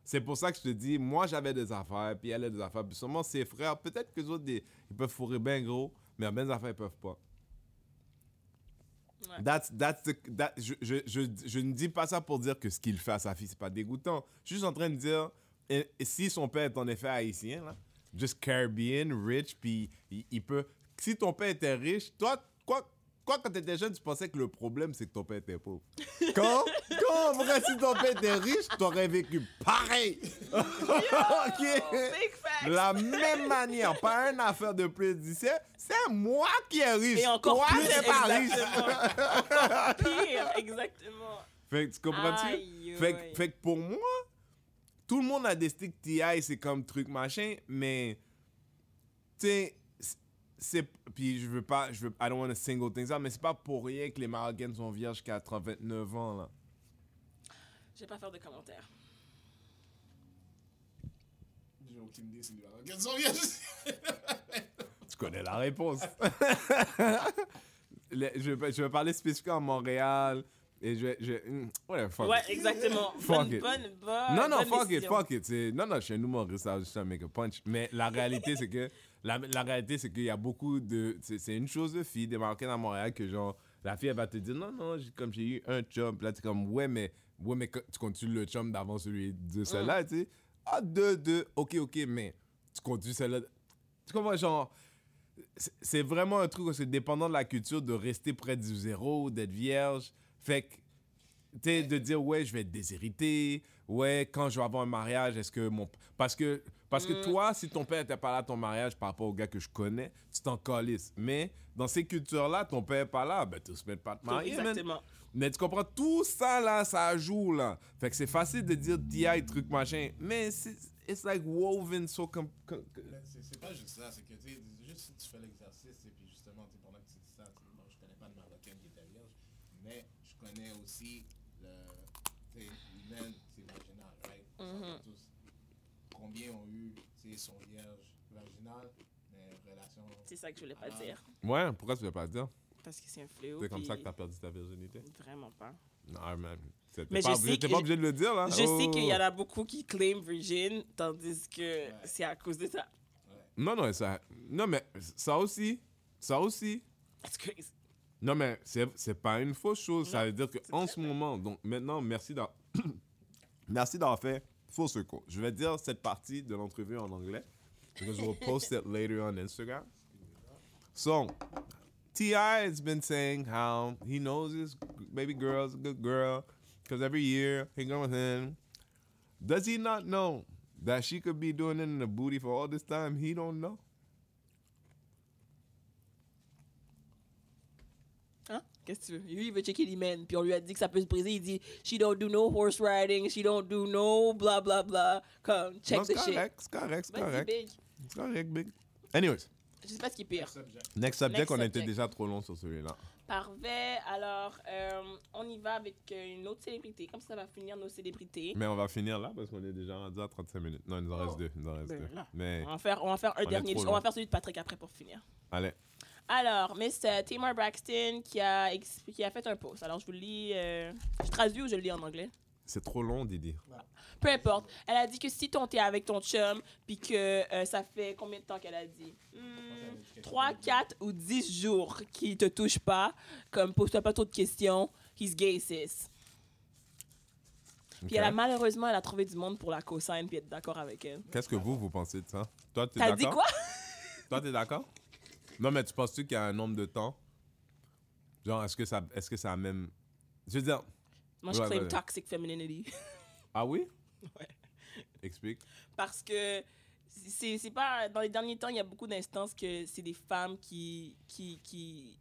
Speaker 1: C'est pour ça que je te dis, moi j'avais des affaires, puis elle a des affaires, puis sûrement ses frères, peut-être que les autres, des- ils peuvent fourrer bien gros, mais mes affaires, ils peuvent pas.
Speaker 2: Ouais.
Speaker 1: That's, that's the- that- je, je, je, je ne dis pas ça pour dire que ce qu'il fait à sa fille, c'est pas dégoûtant. Je suis juste en train de dire, et- et si son père est en effet haïtien, là, just Caribbean, rich, puis il, il peut... Si ton père était riche, toi, quoi, quoi quand t'étais jeune, tu pensais que le problème, c'est que ton père était pauvre. Quand, quand, vrai, si ton père était riche, t'aurais vécu pareil. (laughs) OK?
Speaker 2: Big fact.
Speaker 1: La même manière, pas une affaire de plus d'ici, c'est moi qui est riche.
Speaker 2: Et encore
Speaker 1: Toi,
Speaker 2: plus
Speaker 1: t'es pas riche.
Speaker 2: exactement. Pire, exactement.
Speaker 1: Fait que tu comprends-tu?
Speaker 2: Aïe,
Speaker 1: Fait, que-
Speaker 2: aïe.
Speaker 1: fait que pour moi, tout le monde a des sticks TI, c'est comme truc machin, mais tu sais, c'est- c'est. Puis je veux pas, je veux, I don't want to single things out, mais c'est pas pour rien que les Marocaines sont vierges jusqu'à 29 ans là.
Speaker 2: Je vais pas faire de commentaires.
Speaker 3: J'ai aucune idée, c'est lui. Alors, qu'elles sont bien, je sais.
Speaker 1: Tu connais la réponse.
Speaker 2: (laughs)
Speaker 1: (laughs) Le- je, vais- je vais parler spécifiquement à Montréal et je vais. Je, hmm, what the fuck.
Speaker 2: Ouais, exactement.
Speaker 1: Fuck
Speaker 2: bonne,
Speaker 1: it.
Speaker 2: bonne, bonne.
Speaker 1: Non, non,
Speaker 2: bonne
Speaker 1: fuck it,
Speaker 2: décision.
Speaker 1: fuck it. C'est- Non, non, je suis un humoriste, I was just trying to make a punch. Mais la réalité, c'est que la, la réalité, c'est qu'il y a beaucoup de. C'est c'est une chose de fille, des Marocaines à Montréal, que genre, la fille, elle va te dire, non, non, j'ai- comme j'ai eu un chum. Puis Là, tu es comme, ouais, mais, ouais, mais co- tu continues le chum d'avant celui de celle-là, tu sais. Ah, deux, deux, ok, ok, mais tu continues celle-là. Tu comprends, genre. c'est- C'est vraiment un truc, où c'est dépendant de la culture de rester près du zéro, d'être vierge. Fait que Tu sais, de dire, ouais, je vais être déshérité. Ouais, quand je vais avoir un mariage, est-ce que mon. Parce que, parce que toi, si ton père n'était pas là à ton mariage par rapport au gars que je connais, tu t'en calisses. Mais dans ces cultures-là, ton père n'est pas là, ben, tu ne pas te marier. man.
Speaker 2: Exactement.
Speaker 1: Mais tu comprends, tout ça là, ça joue là. Fait que c'est facile de dire DI, truc machin, mais c'est it's like woven so com- com-
Speaker 3: Mais C'est c'est pas juste ça, c'est que tu sais, juste si tu fais l'exercice, et puis justement, tu sais, pendant que tu dis ça, tu sais, bon, je connais pas de Marocaine qui était vierge, mais je connais aussi le. Tu sais, l'humaine, c'est vaginal, right? On s'entend
Speaker 2: Mhm.
Speaker 3: tous. Combien ont eu, tu sais, sont vierges vaginales, mais relation.
Speaker 2: C'est ça que je voulais pas
Speaker 3: Ah.
Speaker 2: dire.
Speaker 1: Ouais, pourquoi tu veux pas dire
Speaker 2: Parce que c'est un fléau.
Speaker 1: Ah. C'est comme ça que
Speaker 2: puis
Speaker 1: t'as perdu ta virginité
Speaker 2: Vraiment pas.
Speaker 1: Non, man. T'es
Speaker 2: Mais
Speaker 1: pas,
Speaker 2: je
Speaker 1: obligé,
Speaker 2: sais
Speaker 1: t'es
Speaker 2: que-
Speaker 1: pas obligé de le dire là.
Speaker 2: Je sais
Speaker 1: Oh.
Speaker 2: qu'il y en a beaucoup qui claim virgin, tandis que c'est à cause de ça.
Speaker 1: Oh. Non, non, ça. Non, mais ça aussi. Ça aussi.
Speaker 2: That's crazy.
Speaker 1: Non, mais c'est c'est pas une fausse chose. Ça
Speaker 2: Non,
Speaker 1: veut dire
Speaker 2: c'est
Speaker 1: qu'en
Speaker 2: très
Speaker 1: ce moment, donc maintenant, merci d'avoir (coughs) merci d'avoir fait faux secours. Je vais dire cette partie de l'entrevue en anglais. Because we'll post it later on Instagram. So, T.I. has been saying how he knows his baby girl's a good girl because every year he goes with him. Does he not know that she could be doing it in the booty for all this time? He don't know.
Speaker 2: Hein? Qu'est-ce que tu veux? Lui, il veut checker l'hymen, puis on lui a dit que ça peut se briser. Il dit, she don't do no horse riding, she don't do no blah blah blah. Comme, check
Speaker 1: No,
Speaker 2: the
Speaker 1: it's
Speaker 2: shit.
Speaker 1: correct. It's correct. It's
Speaker 2: Vas-y,
Speaker 1: correct.
Speaker 2: big.
Speaker 1: It's correct, big. Anyways.
Speaker 2: Je sais pas ce qui est pire.
Speaker 3: Subject.
Speaker 1: Next subject,
Speaker 2: Next
Speaker 1: on était
Speaker 2: subject.
Speaker 1: déjà trop long sur celui-là.
Speaker 2: Parfait. Alors, euh, on y va avec euh, une autre célébrité. Comme ça, ça va finir nos célébrités.
Speaker 1: Mais on va finir là parce qu'on est déjà rendu à 35 minutes. Non, il nous en reste
Speaker 2: Oh.
Speaker 1: deux. Il nous en reste
Speaker 2: Ben
Speaker 1: deux.
Speaker 2: là.
Speaker 1: Mais
Speaker 2: On va en faire, on va en faire un
Speaker 1: On est
Speaker 2: dernier.
Speaker 1: trop
Speaker 2: On va
Speaker 1: long.
Speaker 2: faire celui de Patrick après pour finir.
Speaker 1: allez,
Speaker 2: Alors, Miss euh, Tamar Braxton qui a, expli- qui a fait un post. Alors, je vous lis. euh, je traduis ou je le lis en anglais?
Speaker 1: c'est trop long, Didi.
Speaker 2: Peu importe. Elle a dit que si ton t'es avec ton chum, puis que euh, ça fait combien de temps qu'elle a dit? Hmm, 3, 4 ou 10 jours qu'il te touche pas, comme pose-toi pas trop de questions, he's gay, sis. Puis
Speaker 1: Ok.
Speaker 2: elle a malheureusement, elle a trouvé du monde pour la cosign puis être d'accord avec elle.
Speaker 1: Qu'est-ce que vous, vous pensez de ça Toi, t'es
Speaker 2: T'as
Speaker 1: d'accord
Speaker 2: dit quoi?
Speaker 1: Toi, t'es d'accord Non, mais tu penses-tu qu'il y a un nombre de temps Genre, est-ce que ça, est-ce que ça a même Je veux dire,
Speaker 2: Moi, je
Speaker 1: Ouais,
Speaker 2: claim
Speaker 1: ouais.
Speaker 2: toxic femininity. (laughs)
Speaker 1: ah oui
Speaker 2: Ouais.
Speaker 1: Explique.
Speaker 2: Parce que c'est c'est pas... Dans les derniers temps, il y a beaucoup d'instances que c'est des femmes qui... qui, qui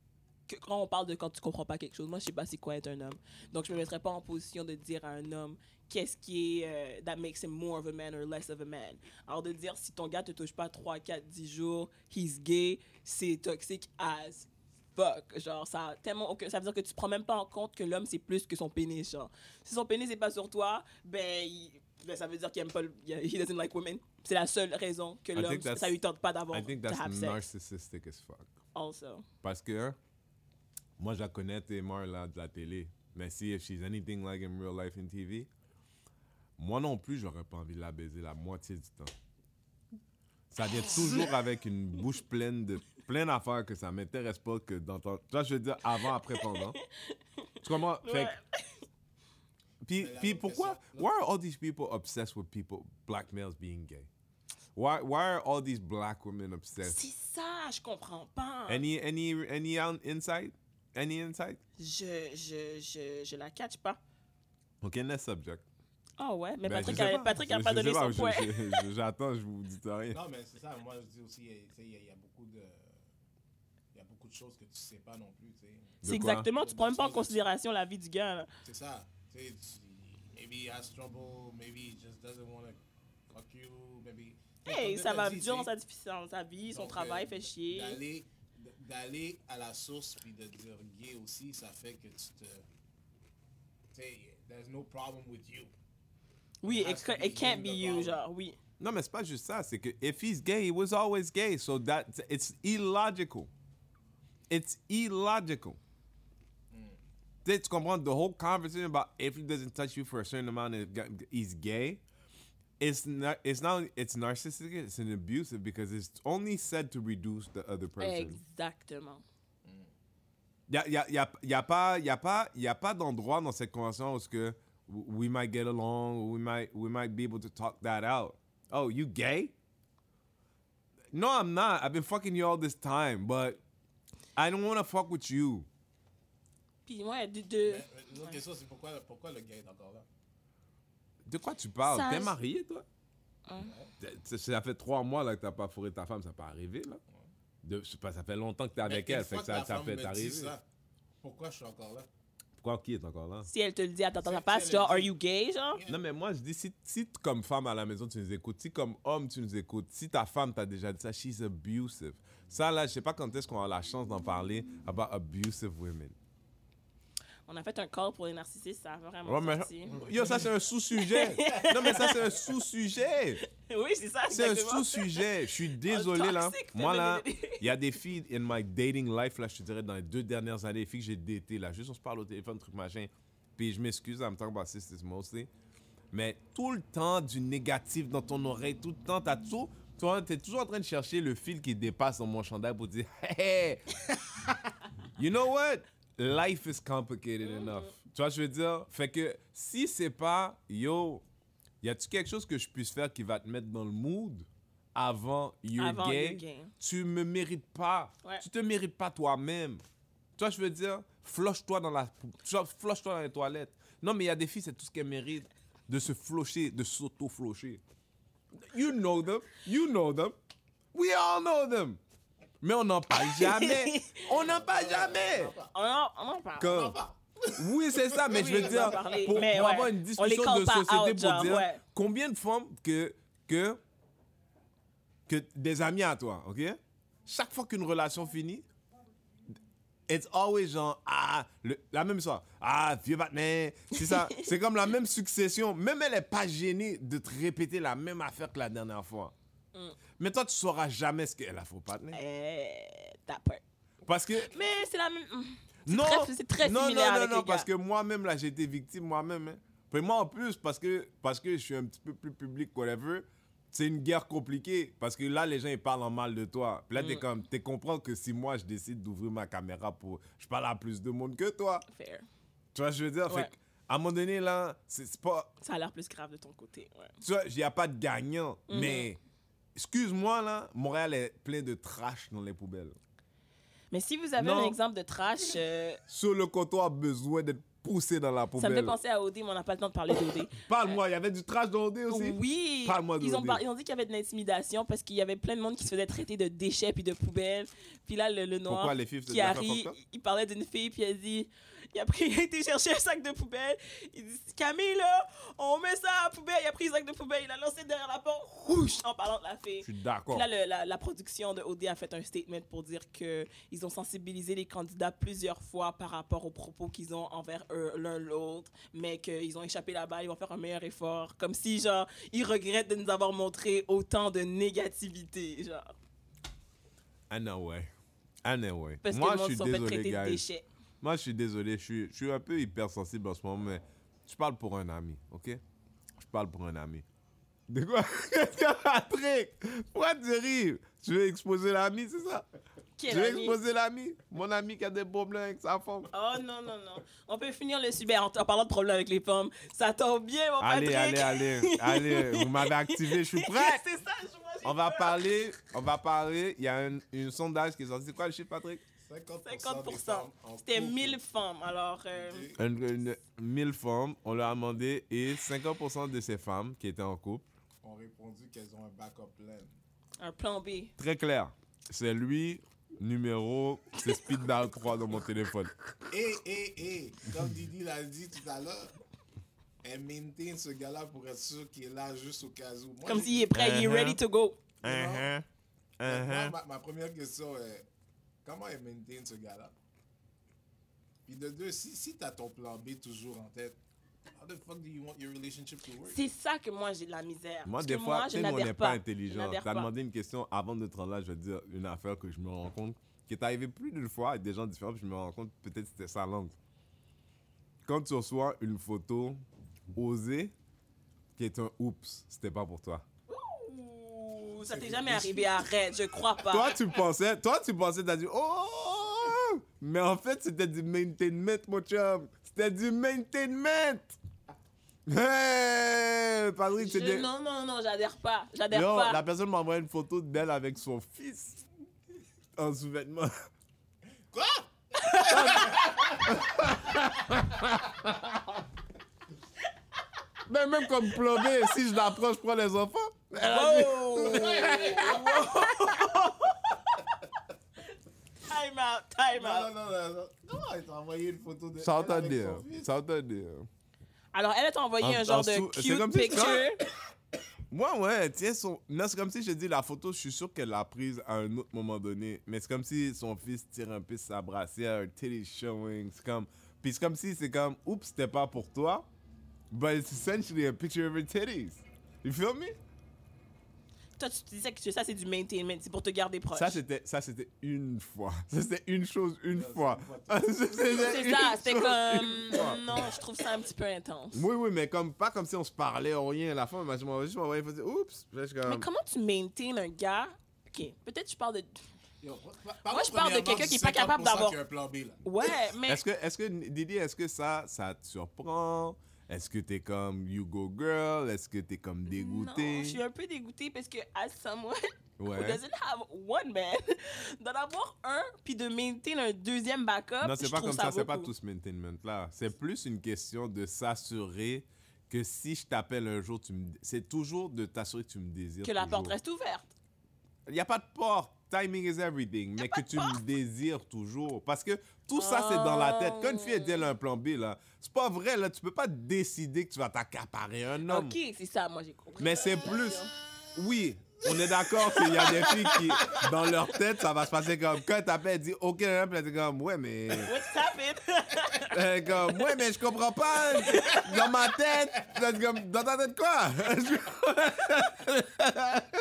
Speaker 2: que quand on parle de quand tu comprends pas quelque chose, moi, je sais pas c'est quoi être un homme. Donc, je me mettrais pas en position de dire à un homme qu'est-ce qui est... euh, that makes him more of a man or less of a man. Alors, de dire si ton gars te touche pas 3, 4, 10 jours, he's gay, c'est toxique as fuck. Genre, ça a tellement aucun- Ça veut dire que tu prends même pas en compte que l'homme, c'est plus que son pénis, genre. Si son pénis n'est pas sur toi, ben, il- ben, ça veut dire qu'il aime pas... le- He doesn't like women. C'est la seule raison que
Speaker 1: I think
Speaker 2: l'homme,
Speaker 1: that's-
Speaker 2: ça lui tente pas d'avoir...
Speaker 1: I think
Speaker 2: to
Speaker 1: that's
Speaker 2: have sex.
Speaker 1: narcissistic as fuck.
Speaker 2: Also.
Speaker 1: Parce que moi, je la connais, Tamar, là, de la télé. Mais si if she's anything like in real life in TV, moi non plus, j'aurais pas envie de la baiser la moitié du temps. Ça vient toujours avec une bouche pleine de plein d'affaires que ça m'intéresse pas que d'entendre. Tu vois, je veux dire avant, après, pendant. Tu comprends? Fait que- puis,
Speaker 3: Mais la
Speaker 1: puis
Speaker 3: autre
Speaker 1: pourquoi?
Speaker 3: question-
Speaker 1: Why are all these people obsessed with people, black males being gay? Why, why are all these black women obsessed?
Speaker 2: C'est ça, je comprends pas.
Speaker 1: Any any any un- insight? Any insight?
Speaker 2: Je, je, je, je la catch pas.
Speaker 1: Ok, next subject.
Speaker 2: Ah ouais, mais
Speaker 1: Ben,
Speaker 2: Patrick
Speaker 1: je sais
Speaker 2: a Patrick a
Speaker 1: Je-
Speaker 2: pas
Speaker 1: je sais
Speaker 2: donné son
Speaker 1: je-
Speaker 2: point. (laughs)
Speaker 1: je- je- J'attends, je vous dis
Speaker 3: (laughs)
Speaker 1: rien.
Speaker 3: Non, mais c'est ça, moi je dis aussi, eh, tu sais, il y, a- il y a beaucoup de. Il y a beaucoup de choses que tu sais pas non plus, tu sais.
Speaker 1: De
Speaker 2: C'est
Speaker 1: quoi?
Speaker 2: exactement, tu prends même pas en considération la vie du gars. là.
Speaker 3: C'est ça. Tu sais, tu- maybe he has trouble, maybe he just doesn't want to fuck you, maybe.
Speaker 2: Hey,
Speaker 3: Comme
Speaker 2: ça
Speaker 3: t'as
Speaker 2: va
Speaker 3: dit,
Speaker 2: dur dans
Speaker 3: tu sais,
Speaker 2: sa, diffi- dans sa vie, son
Speaker 3: donc,
Speaker 2: travail
Speaker 3: euh,
Speaker 2: fait chier.
Speaker 3: D'aller, d'aller à la source puis de dire gay aussi, ça fait que tu te. Tu sais, there's no problem with you.
Speaker 2: Oui,
Speaker 3: It has
Speaker 2: it,
Speaker 3: to
Speaker 2: ca-
Speaker 3: be
Speaker 2: it can't
Speaker 3: you,
Speaker 2: be
Speaker 3: the
Speaker 2: you,
Speaker 3: problem.
Speaker 2: genre, oui.
Speaker 1: Non, mais c'est pas juste ça. C'est que if he's gay, he was always gay. So that it's illogical. It's illogical.
Speaker 3: Hmm.
Speaker 1: Tu sais, tu comprends? The whole conversation about if he doesn't touch you for a certain amount, of g- he's gay. It's not. It's not. It's narcissistic. It's an abusive because it's only said to reduce the other person.
Speaker 2: Exactement.
Speaker 1: Il n'y a, y a, y a pas, y a pas, y a pas d'endroit dans cette conversation où ce que we might get along, we might, we might be able to talk that out. Oh, you gay? No, I'm not. I've been fucking you all this time, but I don't want to fuck with you.
Speaker 2: Puis ouais, de. de-
Speaker 3: Mais, mais L'autre question, c'est pourquoi, pourquoi le gars est encore là?
Speaker 1: De quoi tu parles
Speaker 2: Ça-
Speaker 1: T'es marié, toi
Speaker 2: Hein.
Speaker 1: T'as- Ça fait trois mois là, que t'as pas fourré ta femme, ça peut arriver, là. De, je sais pas, ça fait longtemps que t'es
Speaker 3: Mais
Speaker 1: avec
Speaker 3: une
Speaker 1: elle, fait
Speaker 3: fois
Speaker 1: que ça,
Speaker 3: la
Speaker 1: ça
Speaker 3: femme me
Speaker 1: fait
Speaker 3: dit
Speaker 1: arriver.
Speaker 3: ça, Pourquoi je suis encore là?
Speaker 1: Pourquoi qui est encore là
Speaker 2: Si elle te le dit, attends,
Speaker 3: Si
Speaker 2: attends,
Speaker 3: elle
Speaker 2: pas,
Speaker 3: te
Speaker 2: genre,
Speaker 3: le
Speaker 2: are
Speaker 3: dit.
Speaker 2: you gay, genre?
Speaker 1: Non, mais moi, je dis, si, si t- comme femme à la maison, tu nous écoutes, si comme homme, tu nous écoutes, si ta femme t'a déjà dit ça, she's abusive. Ça, là, je sais pas quand est-ce qu'on a la chance d'en parler about abusive women.
Speaker 2: On a fait un call pour les narcissistes, ça a vraiment
Speaker 1: Ouais, mais-
Speaker 2: sorti.
Speaker 1: Yo, ça, c'est un sous-sujet. non, mais ça, c'est un sous-sujet.
Speaker 2: (laughs) Oui, c'est ça,
Speaker 1: C'est un
Speaker 2: exactement.
Speaker 1: sous-sujet. Je suis désolé, là. Moi, là, il y a des filles in my dating life, là, je te dirais, dans les deux dernières années, des filles que j'ai datées, là, juste on se parle au téléphone, truc machin. Puis je m'excuse, en même temps, this is mostly. Mais tout le temps, du négatif dans ton oreille, tout le temps, t'as tout. Toi, t'es toujours en train de chercher le fil qui dépasse dans mon chandail pour dire, hey, hey. you know what? Life is complicated enough. Tu vois, je veux dire, fait que si c'est pas, yo, y a-tu quelque chose que je puisse faire qui va te mettre dans le mood avant you're
Speaker 2: Avant
Speaker 1: gay?
Speaker 2: le gay.
Speaker 1: tu me mérites pas.
Speaker 2: Ouais.
Speaker 1: Tu te mérites pas toi-même. Toi, je veux dire, floche-toi dans la, tu vois, floche-toi dans les toilettes. Non, mais il y a des filles, c'est tout ce qu'elles méritent, de se flocher, de s'auto-flocher. You know them, you know them, we all know them. Mais on n'en
Speaker 2: (laughs)
Speaker 1: parle jamais. on n'en parle jamais.
Speaker 2: On en, on en parle.
Speaker 1: Comme- oui, c'est ça, mais je veux
Speaker 2: Oui, on
Speaker 1: dire,
Speaker 2: va parler,
Speaker 1: pour,
Speaker 2: mais
Speaker 1: pour
Speaker 2: ouais.
Speaker 1: avoir une
Speaker 2: On les
Speaker 1: discussion
Speaker 2: call
Speaker 1: de
Speaker 2: pas
Speaker 1: société
Speaker 2: out,
Speaker 1: pour
Speaker 2: genre,
Speaker 1: dire
Speaker 2: ouais.
Speaker 1: combien de femmes que, que, que des amis à toi, ok? Chaque fois qu'une relation finit, it's always genre, ah, le- la même histoire, ah, vieux Batman, c'est
Speaker 2: (laughs)
Speaker 1: ça. c'est comme la même succession. Même elle n'est pas gênée de te répéter la même affaire que la dernière fois.
Speaker 2: Mm.
Speaker 1: Mais toi, tu sauras jamais ce qu'elle a fait au Batman.
Speaker 2: Euh, t'as peur.
Speaker 1: Parce que
Speaker 2: Mais c'est la même. mm.
Speaker 1: non,
Speaker 2: très- c'est très
Speaker 1: non, non,
Speaker 2: similaire avec
Speaker 1: non, non,
Speaker 2: les gars.
Speaker 1: parce que moi-même, là, j'ai été victime moi-même. Hein. Puis moi, en plus, parce que, parce que je suis un petit peu plus public, whatever, c'est une guerre compliquée. Parce que là, les gens, ils parlent en mal de toi. Puis là,
Speaker 2: Mm.
Speaker 1: t'es comme, t'es comprends que si moi, je décide d'ouvrir ma caméra pour. Je parle à plus de monde que toi.
Speaker 2: Fair.
Speaker 1: Tu vois, ce que je veux dire,
Speaker 2: Ouais.
Speaker 1: fait que, à un moment donné, là, c'est c'est pas.
Speaker 2: Ça a l'air plus grave de ton côté. Ouais.
Speaker 1: Tu vois, il n'y a pas de gagnant.
Speaker 2: Mm-hmm.
Speaker 1: Mais, excuse-moi, là, Montréal est plein de trash dans les poubelles.
Speaker 2: Mais si vous avez
Speaker 1: Non.
Speaker 2: un exemple de trash,
Speaker 1: (laughs)
Speaker 2: euh,
Speaker 1: Sur le coteau a besoin d'être poussé dans la
Speaker 2: ça
Speaker 1: poubelle.
Speaker 2: me fait penser à OD, mais on n'a pas le temps de parler
Speaker 1: (laughs)
Speaker 2: d'OD.
Speaker 1: Parle-moi, il y avait du trash dans le dé
Speaker 2: Euh,
Speaker 1: aussi.
Speaker 2: Oui,
Speaker 1: Parle-moi de
Speaker 2: ils, ont
Speaker 1: OD.
Speaker 2: par- ils ont dit qu'il y avait de l'intimidation parce qu'il y avait plein de monde qui se faisait traiter de déchets puis de poubelles. Puis là, le, le noir
Speaker 1: Pourquoi les filles faisaient
Speaker 2: qui
Speaker 1: des affaires
Speaker 2: arrive,
Speaker 1: comme ça?
Speaker 2: il parlait d'une fille puis elle dit, il a pris, (laughs) il a été chercher un sac de poubelle. Il dit Camille là, on met ça à la poubelle. Il a pris le sac de poubelle, il l'a lancé derrière la porte, rouge en parlant de la fille.
Speaker 1: Je suis d'accord.
Speaker 2: Puis là, le- la, la production de OD a fait un statement pour dire qu'ils ont sensibilisé les candidats plusieurs fois par rapport aux propos qu'ils ont envers eux, l'un l'autre, mais qu'ils ont échappé la balle, ils vont faire un meilleur effort. Comme si, genre, ils regrettent de nous avoir montré autant de négativité, genre.
Speaker 1: Anyway. Anyway.
Speaker 2: Parce
Speaker 1: Ah Moi,
Speaker 2: que
Speaker 1: je
Speaker 2: le monde
Speaker 1: suis
Speaker 2: se sont fait
Speaker 1: désolé,
Speaker 2: traiter de
Speaker 1: guys.
Speaker 2: déchets.
Speaker 1: Moi, je suis désolé. Je suis, je suis un peu hypersensible en ce moment, mais je parle pour un ami, OK? Je parle pour un ami. De quoi? (laughs) Patrick, pourquoi tu rires? Tu veux exposer l'ami, c'est ça?
Speaker 2: Quel
Speaker 1: tu veux
Speaker 2: ami.
Speaker 1: exposer l'ami? Mon ami qui a des problèmes avec sa femme.
Speaker 2: Oh non, non, non. On peut finir le super en, en parlant de problème avec les pommes. Ça tombe bien, mon
Speaker 1: Allez, allez,
Speaker 2: Patrick. (laughs)
Speaker 1: allez, allez. Vous m'avez activé, je suis prêt.
Speaker 2: C'est ça, je vois, j'ai
Speaker 1: On va
Speaker 2: peur.
Speaker 1: parler, on va parler. Il y a un, un sondage qui est sorti. C'est quoi le chiffre, Patrick?
Speaker 3: 50%. des
Speaker 2: 50%.
Speaker 3: femmes en
Speaker 2: C'était
Speaker 3: couple
Speaker 2: 1000 femmes, alors... euh,
Speaker 3: gay
Speaker 1: Une- une- 1000 femmes, on leur a demandé et 50% de ces femmes qui étaient en couple,
Speaker 3: ont répondu qu'elles ont un backup plan.
Speaker 2: un plan B.
Speaker 1: très clair, c'est lui, numéro, c'est Speed Dial 3 dans mon téléphone.
Speaker 3: Et, et, et, Eh, comme Didi l'a dit tout à l'heure, elle maintain ce gars-là pour être sûr qu'il est là juste au cas où. Moi,
Speaker 2: Comme
Speaker 3: j'ai-
Speaker 2: s'il est prêt, il est
Speaker 1: Uh-huh.
Speaker 2: ready to go.
Speaker 1: Uh-huh,
Speaker 3: Moi,
Speaker 1: uh-huh.
Speaker 3: ma, ma première question est comment elle maintain ce gars-là Puis de deux, si, si t'as ton plan B toujours en tête, how the fuck do you want your relationship to work
Speaker 2: C'est ça que moi j'ai de la misère.
Speaker 1: Moi,
Speaker 2: Parce
Speaker 1: des
Speaker 2: que
Speaker 1: fois,
Speaker 2: moi,
Speaker 1: tu
Speaker 2: je
Speaker 1: sais, nous, on
Speaker 2: n'adhère
Speaker 1: n'est pas
Speaker 2: Je
Speaker 1: intelligent.
Speaker 2: n'adhère
Speaker 1: T'as
Speaker 2: pas.
Speaker 1: demandé une question avant de te rendre là, je vais te dire une affaire que je me rends compte, qui est arrivée plus d'une fois avec des gens différents, puis je me rends compte peut-être c'était sa langue. Quand tu reçois une photo osée, qui est un oups, c'était pas pour toi.
Speaker 2: Ouh, ça t'est jamais arrivé, arrête, je crois pas.
Speaker 1: Toi, tu pensais, toi, tu pensais, t'as dit, oh! Mais en fait, c'était du maintainment, mon chum. C'était du maintainment! Hey! Patrick,
Speaker 2: Je-
Speaker 1: c'était.
Speaker 2: Non, non, non, j'adhère pas. J'adhère
Speaker 1: Non,
Speaker 2: pas.
Speaker 1: la personne m'a envoyé une photo d'elle avec son fils en sous-vêtements.
Speaker 3: Quoi
Speaker 1: Mais même comme plomber, si je l'approche, je prends les enfants. Elle a dit-
Speaker 3: Oh!
Speaker 2: Time out, time
Speaker 3: Non, non,
Speaker 2: out.
Speaker 3: non, non, non. Comment elle t'a envoyé une photo de.
Speaker 1: Ça
Speaker 3: elle avec
Speaker 1: entendait.
Speaker 3: son fils?
Speaker 1: Ça entendait.
Speaker 2: Alors, elle t'a envoyé
Speaker 1: En-
Speaker 2: un genre
Speaker 1: en
Speaker 2: de
Speaker 1: dessous, c'est comme
Speaker 2: cute
Speaker 1: si-
Speaker 2: picture.
Speaker 1: Ouais, ouais, tiens, son... non, c'est comme si je te dis la photo, je suis sûr qu'elle l'a prise à un autre moment donné. Mais c'est comme si son fils tire un peu sa brassière, télé showing. C'est comme. Puis c'est comme si c'est comme, oups, c'était pas pour toi. But it's essentially a picture of her titties. You feel me?
Speaker 2: Toi, tu te disais que ça, c'est du maintainment. C'est pour te garder proche.
Speaker 1: Ça, c'était, ça, c'était une fois. (laughs) Ça, c'était une chose, une
Speaker 3: Ouais, c'est
Speaker 1: fois. (laughs)
Speaker 3: une
Speaker 2: C'est ça, c'était
Speaker 1: une (laughs) fois.
Speaker 2: comme. Non, je trouve ça un petit peu intense.
Speaker 1: Oui, oui, mais comme, pas comme si on se parlait ou rien. La femme, elle m'a juste envoyé, je m'envoyais, elle faisait, oups. Là, je suis
Speaker 2: Mais
Speaker 1: comme,
Speaker 2: comment tu maintiens un gars. Ok, peut-être je parle de.
Speaker 3: Yo, par-
Speaker 2: Moi, je parle de
Speaker 3: premièrement,
Speaker 2: quelqu'un qui est pas
Speaker 3: 50%
Speaker 2: capable d'avoir-
Speaker 3: qui a un plan B, là.
Speaker 2: Ouais, mais.
Speaker 1: Est-ce que, est-ce que, Didi, est-ce que ça, ça te surprend? Est-ce que t'es comme you go girl? Est-ce que t'es comme
Speaker 2: Non,
Speaker 1: dégoûté?
Speaker 2: je suis un peu dégoûtée parce que as someone (laughs) who
Speaker 1: Ouais.
Speaker 2: doesn't have one man, (laughs) d'en avoir un puis de maintain un deuxième backup,
Speaker 1: Non, c'est
Speaker 2: je
Speaker 1: pas
Speaker 2: trouve
Speaker 1: comme ça, c'est pas
Speaker 2: beaucoup.
Speaker 1: tout ce maintenance là. C'est plus une question de s'assurer que si je t'appelle un jour, tu me... c'est toujours de t'assurer que tu me désires.
Speaker 2: Que la
Speaker 1: toujours.
Speaker 2: porte reste ouverte.
Speaker 1: Il n'y a pas de porte. Timing is everything. Mais que tu me désires toujours. Parce que tout ça, c'est dans la tête. Quand une fille est dit, elle a un plan B, là, c'est pas vrai, là. Tu peux pas décider que tu vas t'accaparer un homme.
Speaker 2: Ok, c'est ça, moi j'ai compris.
Speaker 1: Mais c'est hein. plus. Oui, on est d'accord qu'il y a des filles qui, dans leur tête, ça va se passer comme quand t'appelles, elle dit OK, puis elle dit comme ouais, mais.
Speaker 2: What's happened?
Speaker 1: Elle est Euh, comme ouais, mais je comprends pas. Dans ma tête. Elle dit comme dans ta tête quoi (laughs)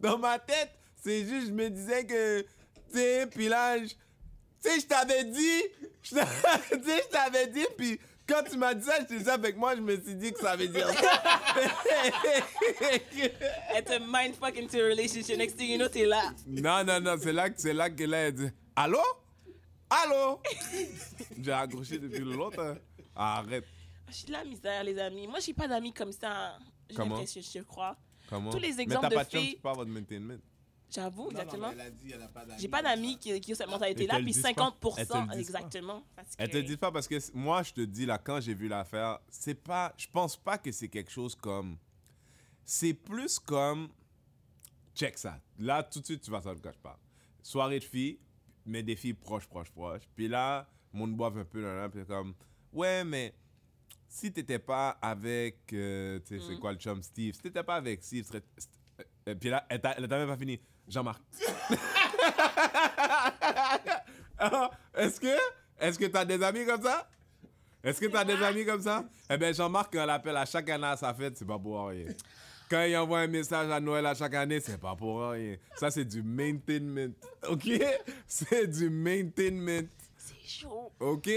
Speaker 1: Dans ma tête, c'est juste, je me disais que. Tu sais, puis là, je- tu sais, je t'avais dit. (laughs) je t'a- Tu sais, je t'avais dit, puis. Quand tu m'as dit ça, j'étais ça avec moi, je me suis dit que ça (laughs) veut dire ça.
Speaker 2: (laughs) Être un mindfuck into a relationship. Next thing you know, t'es là.
Speaker 1: Non, non, non, c'est là, que- c'est là qu'elle a dit Allô Allô J'ai accroché depuis longtemps. Arrête.
Speaker 2: J'ai de la misère, les amis. Moi, j'ai pas d'amis comme ça. hein. J'ai
Speaker 1: Comment?
Speaker 2: l'impression, je crois.
Speaker 1: Comment
Speaker 2: Tous les
Speaker 1: Mais
Speaker 2: exemples
Speaker 1: t'as
Speaker 2: de
Speaker 1: pas de chum,
Speaker 2: filles-
Speaker 1: tu peux avoir de maintenance.
Speaker 2: J'avoue,
Speaker 3: Non, non,
Speaker 2: exactement.
Speaker 3: mais Elle a dit, elle a pas d'amis.
Speaker 2: J'ai pas d'amis qui, qui ont cette mentalité-là,
Speaker 1: te le
Speaker 2: puis
Speaker 1: disent pas.
Speaker 2: 50%,
Speaker 1: Elles te le disent pas.
Speaker 2: exactement. Parce
Speaker 1: Elle
Speaker 2: que-
Speaker 1: te dit pas parce que c- moi, je te dis là, quand j'ai vu l'affaire, c'est pas. Je pense pas que c'est quelque chose comme. C'est plus comme. Check ça. Là, tout de suite, tu vas savoir de quoi je parle. Soirée de filles, mais des filles proches, proches, proches. Puis là, mon boive un peu, là, là, puis comme. Ouais, mais. Si t'étais pas avec. euh, tu sais,
Speaker 2: Mm.
Speaker 1: c'est quoi le chum Steve Si t'étais pas avec Steve, serait- euh, Puis là, elle t'a elle t'a même pas fini. Jean-Marc. Alors, (laughs) est-ce que est-ce que t'as des amis comme ça Est-ce que t'as des amis comme ça Eh bien, Jean-Marc, quand l'appelle à chaque année à sa fête, c'est pas pour
Speaker 2: (laughs)
Speaker 1: rien. Quand il envoie un message à Noël à chaque année, c'est pas pour rien. Ça, c'est du maintenance. (laughs) OK C'est du maintenance.
Speaker 2: C'est chaud.
Speaker 1: OK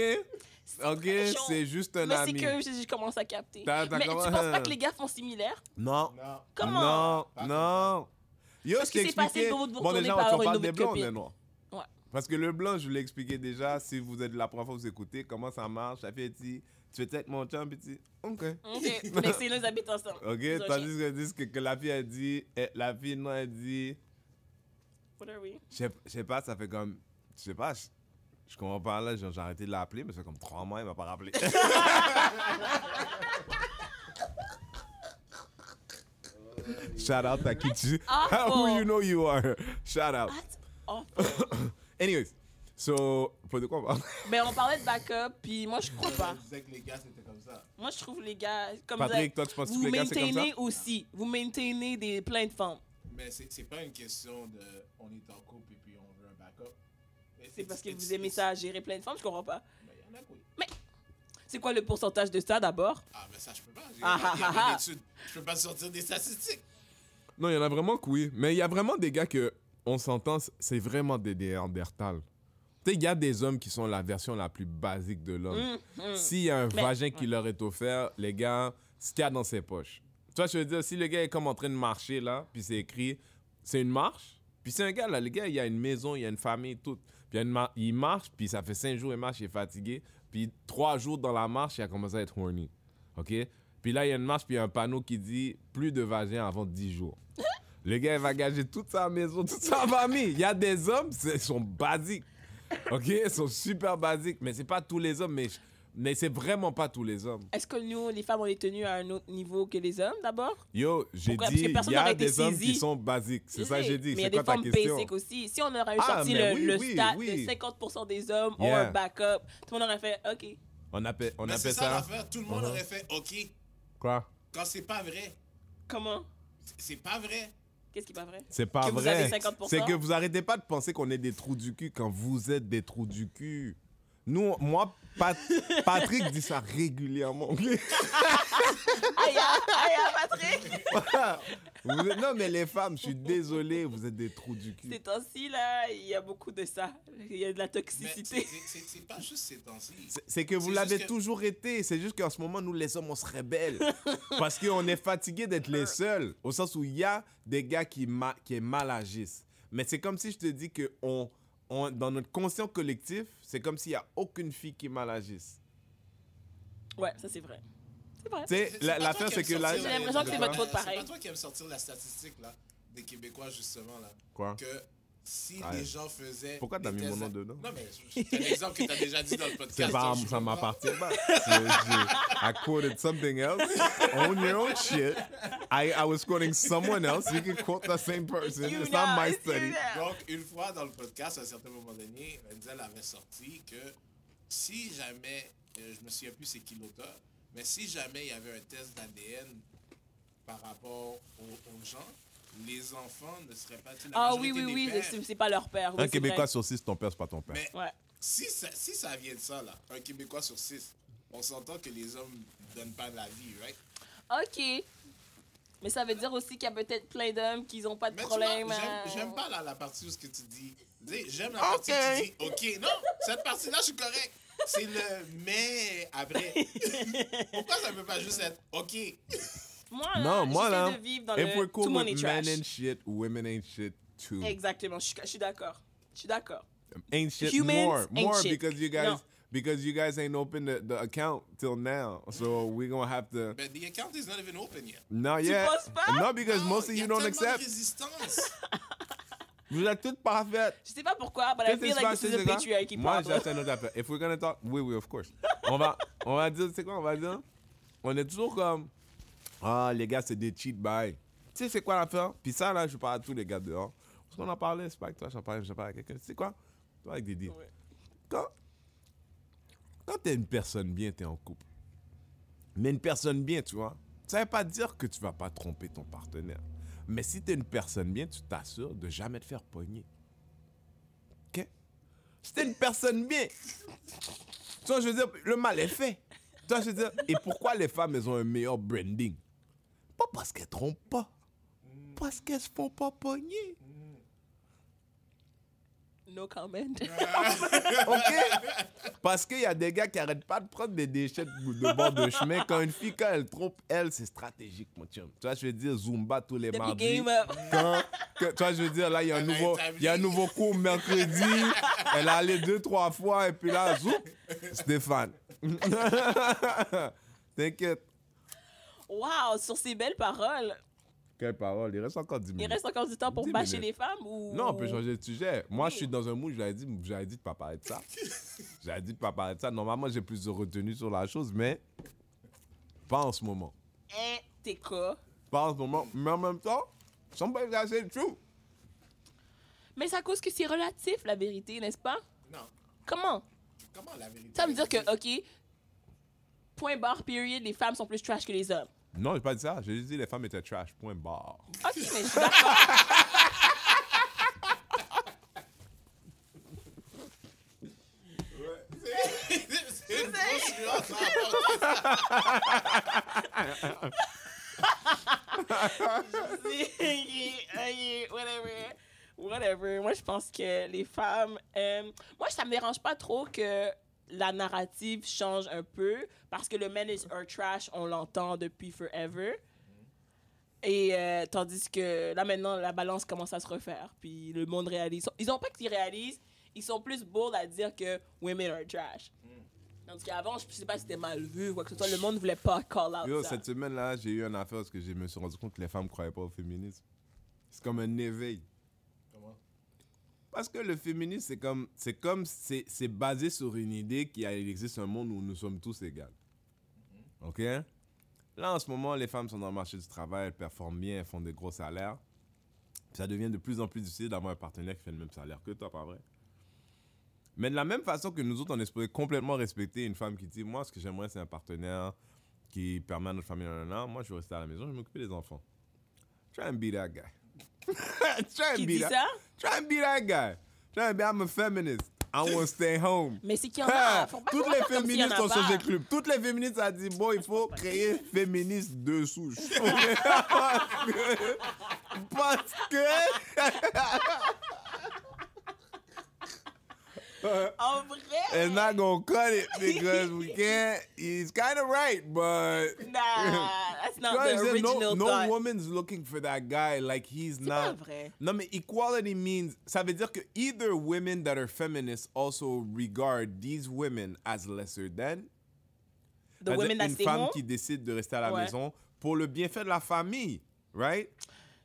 Speaker 1: OK,
Speaker 2: très chaud.
Speaker 1: c'est juste un
Speaker 2: Mais c'est
Speaker 1: ami.
Speaker 2: que j'ai j'ai commencé à capter.
Speaker 1: T'as- t'as
Speaker 2: mais
Speaker 1: comment-
Speaker 2: tu penses pas que les gars font similaire?
Speaker 1: Non.
Speaker 3: Non.
Speaker 2: Comment?
Speaker 1: Non, non. Yo,
Speaker 2: Parce
Speaker 1: je
Speaker 2: que
Speaker 1: t'ai
Speaker 2: c'est facile
Speaker 1: expliqué.
Speaker 2: pour vous de vous
Speaker 1: Bon,
Speaker 2: retourner
Speaker 1: déjà, on
Speaker 2: par
Speaker 1: te
Speaker 2: une
Speaker 1: parle
Speaker 2: nouvelle
Speaker 1: des blancs,
Speaker 2: copine.
Speaker 1: des noirs.
Speaker 2: Ouais.
Speaker 1: Parce que le blanc, je vous l'ai expliqué déjà, si vous êtes la première fois que vous écoutez, comment ça marche, la fille elle dit, tu veux être mon chum, puis tu dis, OK.
Speaker 2: Ok. mais c'est là, ils habitent ensemble. Ils
Speaker 1: OK,
Speaker 2: ont
Speaker 1: tandis que, tandis que, que la fille a dit, eh, la fille non, elle dit,
Speaker 2: What are we?
Speaker 1: je sais- je sais pas, ça fait comme, je sais pas, je, je comprends pas là, genre, j'ai arrêté de l'appeler, mais ça fait comme trois mois, elle m'a pas
Speaker 2: (laughs)
Speaker 1: rappelé. Shout out à qui tu... (laughs) Who
Speaker 2: awful.
Speaker 1: you know you are. Shout out.
Speaker 2: That's awful.
Speaker 1: Anyways, so, pour de quoi on parle?
Speaker 2: Mais Ben, on parlait de backup, puis moi je crois pas.
Speaker 3: Elle disait que les gars, c'était comme ça.
Speaker 2: Moi je trouve les gars comme
Speaker 1: Patrick,
Speaker 2: vous,
Speaker 1: toi, tu penses que tous
Speaker 2: vous
Speaker 1: les gars, c'est comme ça?
Speaker 2: maintenez aussi, vous maintenez des plein de femmes.
Speaker 3: Mais c'est c'est pas une question de on est en couple et puis on veut un backup. Mais
Speaker 2: C'est
Speaker 3: it's-
Speaker 2: parce que
Speaker 3: it's-
Speaker 2: vous aimez
Speaker 3: it's-
Speaker 2: ça à gérer plein de femmes, je comprends pas.
Speaker 3: Mais Ben, y en a que oui.
Speaker 2: C'est quoi le pourcentage de ça d'abord
Speaker 3: Ah, mais ça, je peux pas. J'ai
Speaker 2: Ah,
Speaker 3: pas
Speaker 2: ah,
Speaker 3: regardé
Speaker 2: ah,
Speaker 3: d'études. Je peux pas sortir des statistiques.
Speaker 1: Non, il y en a vraiment que oui. Mais il y a vraiment des gars que on s'entend, c'est vraiment des néandertals. Tu sais, il y a des hommes qui sont la version la plus basique de l'homme.
Speaker 2: Hmm,
Speaker 1: S'il y a un
Speaker 2: Mm. Mais-
Speaker 1: vagin qui leur est offert, les gars, ce qu'il y a dans ses poches. Tu vois, je veux dire, si le gars est comme en train de marcher là, puis c'est écrit, c'est une marche. Puis c'est un gars là, le gars, il y a une maison, il y a une famille, tout. Puis il y a une mar- il marche, puis ça fait cinq jours, il marche, il est fatigué. Puis trois jours dans la marche, il a commencé à être horny. OK? Puis là, il y a une marche, puis il y a un panneau qui dit plus de vagin avant 10 jours. Le gars, il va gager toute sa maison, toute sa famille. Il y a des hommes, c'est- ils sont basiques. OK? Ils sont super basiques, mais c'est pas tous les hommes, mais, je- mais c'est vraiment pas tous les hommes.
Speaker 2: Est-ce que nous, les femmes, on est tenues à un autre niveau que les hommes d'abord
Speaker 1: Yo, j'ai
Speaker 2: Pourquoi? Parce
Speaker 1: dit,
Speaker 2: que
Speaker 1: il
Speaker 2: personne
Speaker 1: y a
Speaker 2: n'aurait été
Speaker 1: des hommes qui
Speaker 2: saisi.
Speaker 1: sont basiques. C'est ça que j'ai dit.
Speaker 2: Mais il y a
Speaker 1: C'est
Speaker 2: des
Speaker 1: quoi ta
Speaker 2: femmes
Speaker 1: question?
Speaker 2: basiques aussi. Si on aurait eu
Speaker 1: Ah,
Speaker 2: sorti
Speaker 1: mais
Speaker 2: le,
Speaker 1: oui,
Speaker 2: le
Speaker 1: oui,
Speaker 2: stat
Speaker 1: oui.
Speaker 2: de 50% des hommes ont
Speaker 1: Yeah.
Speaker 2: un backup, tout le monde aurait fait OK.
Speaker 1: On appelle, on
Speaker 2: Bah,
Speaker 3: Mais Ben, c'est
Speaker 1: appelle
Speaker 3: ça
Speaker 1: ça.
Speaker 3: l'affaire. Tout le monde
Speaker 1: Mhm.
Speaker 3: aurait fait OK
Speaker 1: Quoi?
Speaker 3: quand c'est pas vrai.
Speaker 2: Comment
Speaker 3: C'est pas vrai.
Speaker 2: Qu'est-ce qui n'est pas vrai (laughs)
Speaker 1: C'est pas
Speaker 2: Que vous
Speaker 1: vrai.
Speaker 2: avez 50%?
Speaker 1: C'est que vous arrêtez pas de penser qu'on est des trous du cul quand vous êtes des trous du cul. Nous, moi,
Speaker 2: (laughs)
Speaker 1: Pat- Patrick dit ça régulièrement. (laughs) ok?
Speaker 2: Aïe, aïe, aïe,
Speaker 1: (laughs)
Speaker 2: Patrick
Speaker 1: Vous êtes- non, mais les femmes, je suis désolé, vous êtes des trous du cul.
Speaker 2: Ces temps-ci, là, il y a beaucoup de ça. Il y a de la
Speaker 3: Mais c'est-
Speaker 2: toxicité.
Speaker 3: c'est- c'est- c'est pas juste ces temps-ci.
Speaker 1: C'est- C'est que vous
Speaker 3: C'est juste
Speaker 1: l'avez
Speaker 3: que-
Speaker 1: toujours été. C'est juste qu'en ce moment, nous, les hommes, on se rebelle. Parce qu'on est fatigué d'être les seuls. Au sens où il y a des gars qui, ma- qui mal agissent. Mais c'est comme si je te dis que on, on- dans notre conscient collectif, c'est comme s'il n'y a aucune fille qui mal agisse.
Speaker 2: Ouais, ça, c'est vrai. C'est vrai.
Speaker 1: Tu sais,
Speaker 3: C'est- c'est
Speaker 1: la-
Speaker 3: pas
Speaker 1: l'affaire,
Speaker 3: toi
Speaker 1: c'est
Speaker 3: qui
Speaker 1: que
Speaker 3: aimes
Speaker 1: là.
Speaker 3: sortir
Speaker 2: J'ai l'impression
Speaker 3: les-
Speaker 2: que c'est
Speaker 3: les-
Speaker 2: votre faute
Speaker 3: euh,
Speaker 2: pareil.
Speaker 3: C'est pas toi qui aimes sortir la statistique là, des Québécois justement là.
Speaker 1: Quoi
Speaker 3: Que si
Speaker 1: Ouais.
Speaker 3: les gens faisaient.
Speaker 1: Pourquoi t'as
Speaker 3: des
Speaker 1: mis mon
Speaker 3: tests-
Speaker 1: nom dedans
Speaker 3: Non mais c'est un exemple que t'as déjà dit dans le podcast.
Speaker 1: C'est pas,
Speaker 3: donc je
Speaker 1: ça
Speaker 3: peux pas-
Speaker 1: m'appartient pas. C'est- je- I quoted something else. Own your own shit. I, I was quoting someone else. You can quote the same person.
Speaker 2: You
Speaker 1: It's not
Speaker 2: know,
Speaker 1: my
Speaker 2: it's you
Speaker 1: study.
Speaker 2: know.
Speaker 3: Donc, une fois dans le podcast, à un certain moment donné, Denzel avait sorti que si jamais, euh, je me souviens plus c'est qui l'auteur, mais si jamais il y avait un test d'ADN par rapport aux, aux gens, les enfants ne seraient pas la
Speaker 2: Ah oui,
Speaker 3: majorité
Speaker 2: oui,
Speaker 3: des
Speaker 2: oui,
Speaker 3: pères.
Speaker 2: c'est- c'est pas leur père. oui,
Speaker 1: Un
Speaker 2: c'est
Speaker 1: Québécois sur six, ton père, c'est pas ton père.
Speaker 3: Mais
Speaker 2: vrai. Ouais.
Speaker 3: si ça, si ça vient de ça, là, un Québécois sur six, on s'entend que les hommes ne donnent pas de la vie, right?
Speaker 2: OK. Mais ça veut dire aussi qu'il y a peut-être plein d'hommes qui n'ont pas de
Speaker 3: Mais tu vois,
Speaker 2: problème. hein. à-
Speaker 3: j'aime- j'aime pas la, la partie où ce que tu dis. Tu sais, J'aime la partie où tu dis OK. Non, cette partie-là, je suis correct. C'est le mais
Speaker 1: (laughs)
Speaker 3: après. Pourquoi ça peut pas juste être OK?
Speaker 2: Moi, là,
Speaker 1: Non, moi
Speaker 2: ah, j'essaie
Speaker 1: là,
Speaker 2: de vivre dans
Speaker 1: if
Speaker 2: le
Speaker 1: we're cool
Speaker 2: tout
Speaker 1: with
Speaker 2: money
Speaker 1: men
Speaker 2: trash.
Speaker 1: ain't shit, women ain't shit too.
Speaker 2: Exactement, je suis- je suis d'accord. Je suis d'accord.
Speaker 1: Ain't shit
Speaker 2: Humans
Speaker 1: more,
Speaker 2: ain't
Speaker 1: more
Speaker 2: shit.
Speaker 1: because you guys
Speaker 2: Non.
Speaker 1: because you guys ain't opened the, the account till now. So we're gonna have to
Speaker 3: But ben, the account is not even open yet.
Speaker 1: not yet.
Speaker 2: penses pas?
Speaker 1: No, because
Speaker 3: Non,
Speaker 1: most of
Speaker 3: y a
Speaker 1: you don't
Speaker 3: tellement De
Speaker 1: accept.
Speaker 3: résistance.
Speaker 1: Vous êtes toutes parfaites.
Speaker 2: Je sais pas pourquoi, but I
Speaker 1: Qu'est-ce qui
Speaker 2: feel
Speaker 1: se
Speaker 2: like
Speaker 1: passe,
Speaker 2: this is a
Speaker 1: ces gars?
Speaker 2: patriarchy
Speaker 1: hein? Moi, j'ai
Speaker 2: problem.
Speaker 1: acheté un autre appel. If we're gonna talk, oui, oui, of course. On va, on va dire, c'est quoi, on va dire? On est toujours comme, ah, les gars, c'est des cheat buys. Tu sais, c'est quoi l'affaire? Puis ça, là, je parle à tous les gars dehors. Parce qu'on en parlait, c'est pas avec toi, j'en parlais, j'en parlais à quelqu'un. Tu sais quoi? Toi, avec Didi.
Speaker 2: Ouais.
Speaker 1: Quand, quand t'es une personne bien, t'es en couple. Mais une personne bien, tu vois, ça veut pas dire que tu vas pas tromper ton partenaire. Mais si t'es une personne bien, tu t'assures de jamais te faire pogner. OK? Si t'es une personne bien, tu vois, je veux dire, le mal est fait. Tu vois, je veux dire, et pourquoi les femmes, elles ont un meilleur branding? Pas parce qu'elles trompent pas. Parce qu'elles se font pas pogner.
Speaker 2: No comment.
Speaker 1: OK? (laughs) Parce qu'il y a des gars qui arrêtent pas de prendre des déchets de de bord de chemin. Quand une fille, quand elle trompe, elle, c'est stratégique, mon chum. Tu vois, je veux dire, Zumba tous les
Speaker 2: (laughs) Depuis
Speaker 1: mardis.
Speaker 2: game up.
Speaker 1: Quand, que- tu vois, je veux dire, là, il y a un
Speaker 3: Elle a
Speaker 1: nouveau,
Speaker 3: établi.
Speaker 1: il y a un nouveau cours mercredi. Elle est allée deux, trois fois, et puis là, zoup, Stéphane. (laughs) T'inquiète.
Speaker 2: Wow, sur ces belles paroles,
Speaker 1: Quelle parole, il reste encore 10
Speaker 2: il
Speaker 1: minutes.
Speaker 2: reste encore du temps pour
Speaker 1: Dix
Speaker 2: bâcher
Speaker 1: minutes.
Speaker 2: les femmes ou...
Speaker 1: Mm. Non, on peut changer de sujet. Moi, je
Speaker 2: Oui.
Speaker 1: suis dans un mood, j'avais dit, j'avais dit de pas parler de
Speaker 2: (laughs)
Speaker 1: ça. j'avais dit de pas parler de ça. Normalement, j'ai plus de retenue sur la chose, mais pas en ce moment.
Speaker 2: Hein, t'es quoi?
Speaker 1: Pas en ce moment. Mais en même temps, somebody's gotta say the truth.
Speaker 2: Mais c'est à cause que c'est relatif, la vérité, n'est-ce pas?
Speaker 3: non.
Speaker 2: Comment?
Speaker 3: Comment la vérité?
Speaker 2: Ça veut dire que, OK, point barre, période, les femmes sont plus trash que les hommes.
Speaker 1: Non, j'ai pas dit ça. J'ai juste dit les femmes étaient trash. Point barre.
Speaker 2: OK, mais je suis d'accord. euh,
Speaker 3: (laughs) C'est une grosse nuance, hein.
Speaker 2: Ok, ok, (laughs) whatever. Whatever. Moi, je pense que les femmes. euh, moi, ça me dérange pas trop que la narrative change un peu parce que le men is our trash, on l'entend depuis forever. Et euh, tandis que là, maintenant, la balance commence à se refaire. Puis le monde réalise. Ils ont pas qu'ils réalisent, ils sont plus bold à dire que women are trash. Tandis qu'avant, je sais pas si c'était mal vu ou quoi que ce soit, le monde voulait pas call out.
Speaker 1: Yo,
Speaker 2: ça.
Speaker 1: cette semaine-là, j'ai eu une affaire parce que je me suis
Speaker 2: Hein?
Speaker 1: rendu compte que les femmes croyaient pas au féminisme. C'est comme un éveil.
Speaker 3: Comment?
Speaker 1: Parce que le féminisme, c'est comme, c'est comme, c'est c'est basé sur une idée qu'il y a- il existe un monde où nous sommes tous égales. OK? Là, en ce moment, les femmes sont dans le marché du travail, elles performent bien, elles font des gros salaires. Ça devient de plus en plus difficile d'avoir un partenaire qui fait le même salaire que toi, pas vrai? Mais de la même façon que nous autres, on est supposé complètement respecter une femme qui dit Moi, ce que j'aimerais, c'est un partenaire qui permet à notre famille, nanana. moi, je vais rester à la maison, je vais m'occuper des enfants. Try and be that guy. (laughs) Try and
Speaker 2: Qui
Speaker 1: be
Speaker 2: dit
Speaker 1: that.
Speaker 2: ça?
Speaker 1: Try and be that guy. Try and be, I'm a feminist.
Speaker 2: (laughs)
Speaker 1: I want to stay home.
Speaker 2: Mais c'est qu'il y en
Speaker 1: Ah,
Speaker 2: a. Faut pas
Speaker 1: Toutes
Speaker 2: voir
Speaker 1: les
Speaker 2: comme s'il y en
Speaker 1: féministes
Speaker 2: a
Speaker 1: sont
Speaker 2: pas.
Speaker 1: sur ce club. Toutes les féministes ont dit bon, il faut créer féministe de
Speaker 2: (laughs)
Speaker 1: souche. (laughs) Parce que.
Speaker 2: En vrai?
Speaker 1: And not gonna cut it because we can't. He's kind of right, but.
Speaker 2: Nah,
Speaker 1: (laughs)
Speaker 2: that's not
Speaker 1: Guys,
Speaker 2: the
Speaker 1: there's
Speaker 2: original
Speaker 1: no, no
Speaker 2: thought.
Speaker 1: woman's looking for that guy. Like he's
Speaker 2: c'est pas
Speaker 1: not.
Speaker 2: vrai.
Speaker 1: Non, mais equality means. Ça veut dire que either women that are feminists also regard these women as lesser than.
Speaker 2: The
Speaker 1: C'est-à-dire
Speaker 2: women that
Speaker 1: une
Speaker 2: stay
Speaker 1: femme
Speaker 2: home,
Speaker 1: qui décide de rester à la
Speaker 2: Ouais.
Speaker 1: maison pour le bienfait de la famille, right?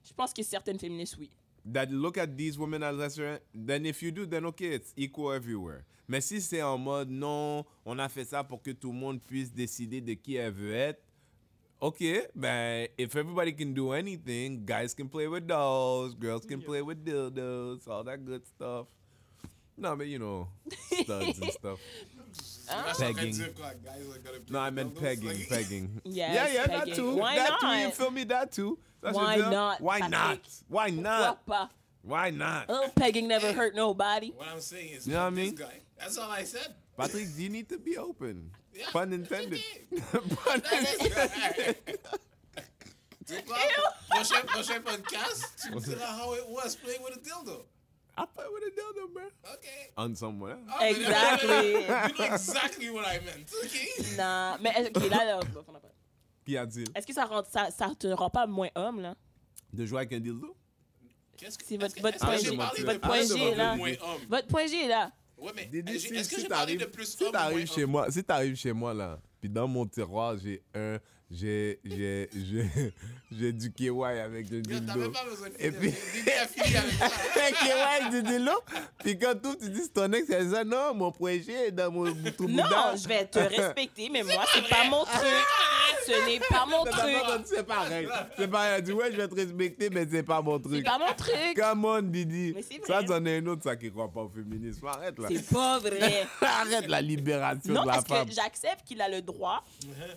Speaker 2: je pense que certaines féministes, oui.
Speaker 1: That look at these women as lesser. Then if you do, then okay, it's equal everywhere. Mais si c'est en mode non, on a fait ça pour que tout le monde puisse décider de qui elle veut être. Ok, ben if everybody can do anything, guys can play with dolls, girls can play with dildos, all that good stuff. Non, mais you know, studs and
Speaker 2: (laughs)
Speaker 1: stuff.
Speaker 3: Là, je suis en train de
Speaker 1: Pegging.
Speaker 3: dire quoi, guys are gonna play
Speaker 1: No, I
Speaker 3: with
Speaker 1: meant
Speaker 3: dildos.
Speaker 1: pegging,
Speaker 3: Like-
Speaker 1: pegging.
Speaker 2: (laughs) Yes,
Speaker 1: yeah, yeah, that
Speaker 2: pegging.
Speaker 1: too.
Speaker 2: Why
Speaker 1: that too. You
Speaker 2: not?
Speaker 1: feel me? That too. That's
Speaker 2: Why
Speaker 1: what I'm-
Speaker 2: not,
Speaker 1: Why
Speaker 2: Patrick?
Speaker 1: not? Why
Speaker 2: Pourquoi
Speaker 1: not?
Speaker 2: pas?
Speaker 1: Why not?
Speaker 2: Oh, pegging never hurt nobody.
Speaker 3: What I'm saying is,
Speaker 1: You know what I
Speaker 3: fuck
Speaker 1: mean?
Speaker 3: this guy. That's all I said.
Speaker 1: Patrick, you need to be open.
Speaker 3: Yeah.
Speaker 1: Pun intended. (laughs) Pun
Speaker 3: This
Speaker 1: intended.
Speaker 3: guy. Tu sais quoi? Prochain, prochain podcast, tu me diras how it was playing with a dildo.
Speaker 1: I play with a dildo, bro.
Speaker 3: Okay.
Speaker 1: On someone else.
Speaker 3: Oh, mais-
Speaker 2: Exactly.
Speaker 3: (laughs) you know exactly what I meant. Okay.
Speaker 2: Nah, mais est- ok, là, là, bon, on a pas-
Speaker 1: Qui a dit
Speaker 2: est-ce que ça, rend, ça, ça te rend pas moins homme, là?
Speaker 1: de jouer avec un dildo?
Speaker 3: Qu'est-ce que-
Speaker 2: C'est votre-
Speaker 3: est-ce que-
Speaker 2: votre
Speaker 3: est-ce que
Speaker 1: point
Speaker 3: j'ai
Speaker 1: G.
Speaker 3: parlé de
Speaker 1: Votre
Speaker 3: plus
Speaker 1: point
Speaker 3: homme
Speaker 1: G,
Speaker 3: ou
Speaker 1: là.
Speaker 3: moins homme?
Speaker 2: Votre point G est là.
Speaker 3: Ouais, mais
Speaker 1: Didi,
Speaker 3: est-ce
Speaker 1: si-
Speaker 3: est-ce que
Speaker 1: si
Speaker 3: j'ai parlé de
Speaker 1: t'arrives-
Speaker 3: plus
Speaker 1: si
Speaker 3: homme ou moins
Speaker 1: t'arrives chez
Speaker 3: homme?
Speaker 1: moi, si t'arrives chez moi là, puis dans mon tiroir j'ai un, j'ai, j'ai, j'ai, (laughs) j'ai du KY avec un
Speaker 3: Yo,
Speaker 1: dildo.
Speaker 3: T'avais
Speaker 1: (laughs)
Speaker 3: pas besoin de
Speaker 1: Et
Speaker 3: finir.
Speaker 1: puis-
Speaker 3: Didi a fini
Speaker 2: (laughs)
Speaker 3: avec ça.
Speaker 1: Fait que ouais, tu dis là, puis quand tout, tu dis c'est ton ex, elle dit non, mon projet est dans mon trou
Speaker 2: Non, je vais
Speaker 1: (laughs)
Speaker 2: te respecter, mais moi, c'est pas mon truc. Ce n'est
Speaker 1: (laughs)
Speaker 2: pas mon truc.
Speaker 1: C'est pareil. C'est pareil. Elle dit ouais, je vais te respecter, mais c'est pas mon
Speaker 2: C'est
Speaker 1: truc.
Speaker 2: pas mon truc.
Speaker 1: Come on, Didi.
Speaker 2: Mais c'est vrai.
Speaker 1: Ça, c'en est un autre, ça, qui croit pas au féminisme. Arrête là.
Speaker 2: C'est pas vrai.
Speaker 1: (laughs) Arrête la libération
Speaker 2: Non,
Speaker 1: de la
Speaker 2: parce
Speaker 1: femme.
Speaker 2: que j'accepte qu'il a le droit,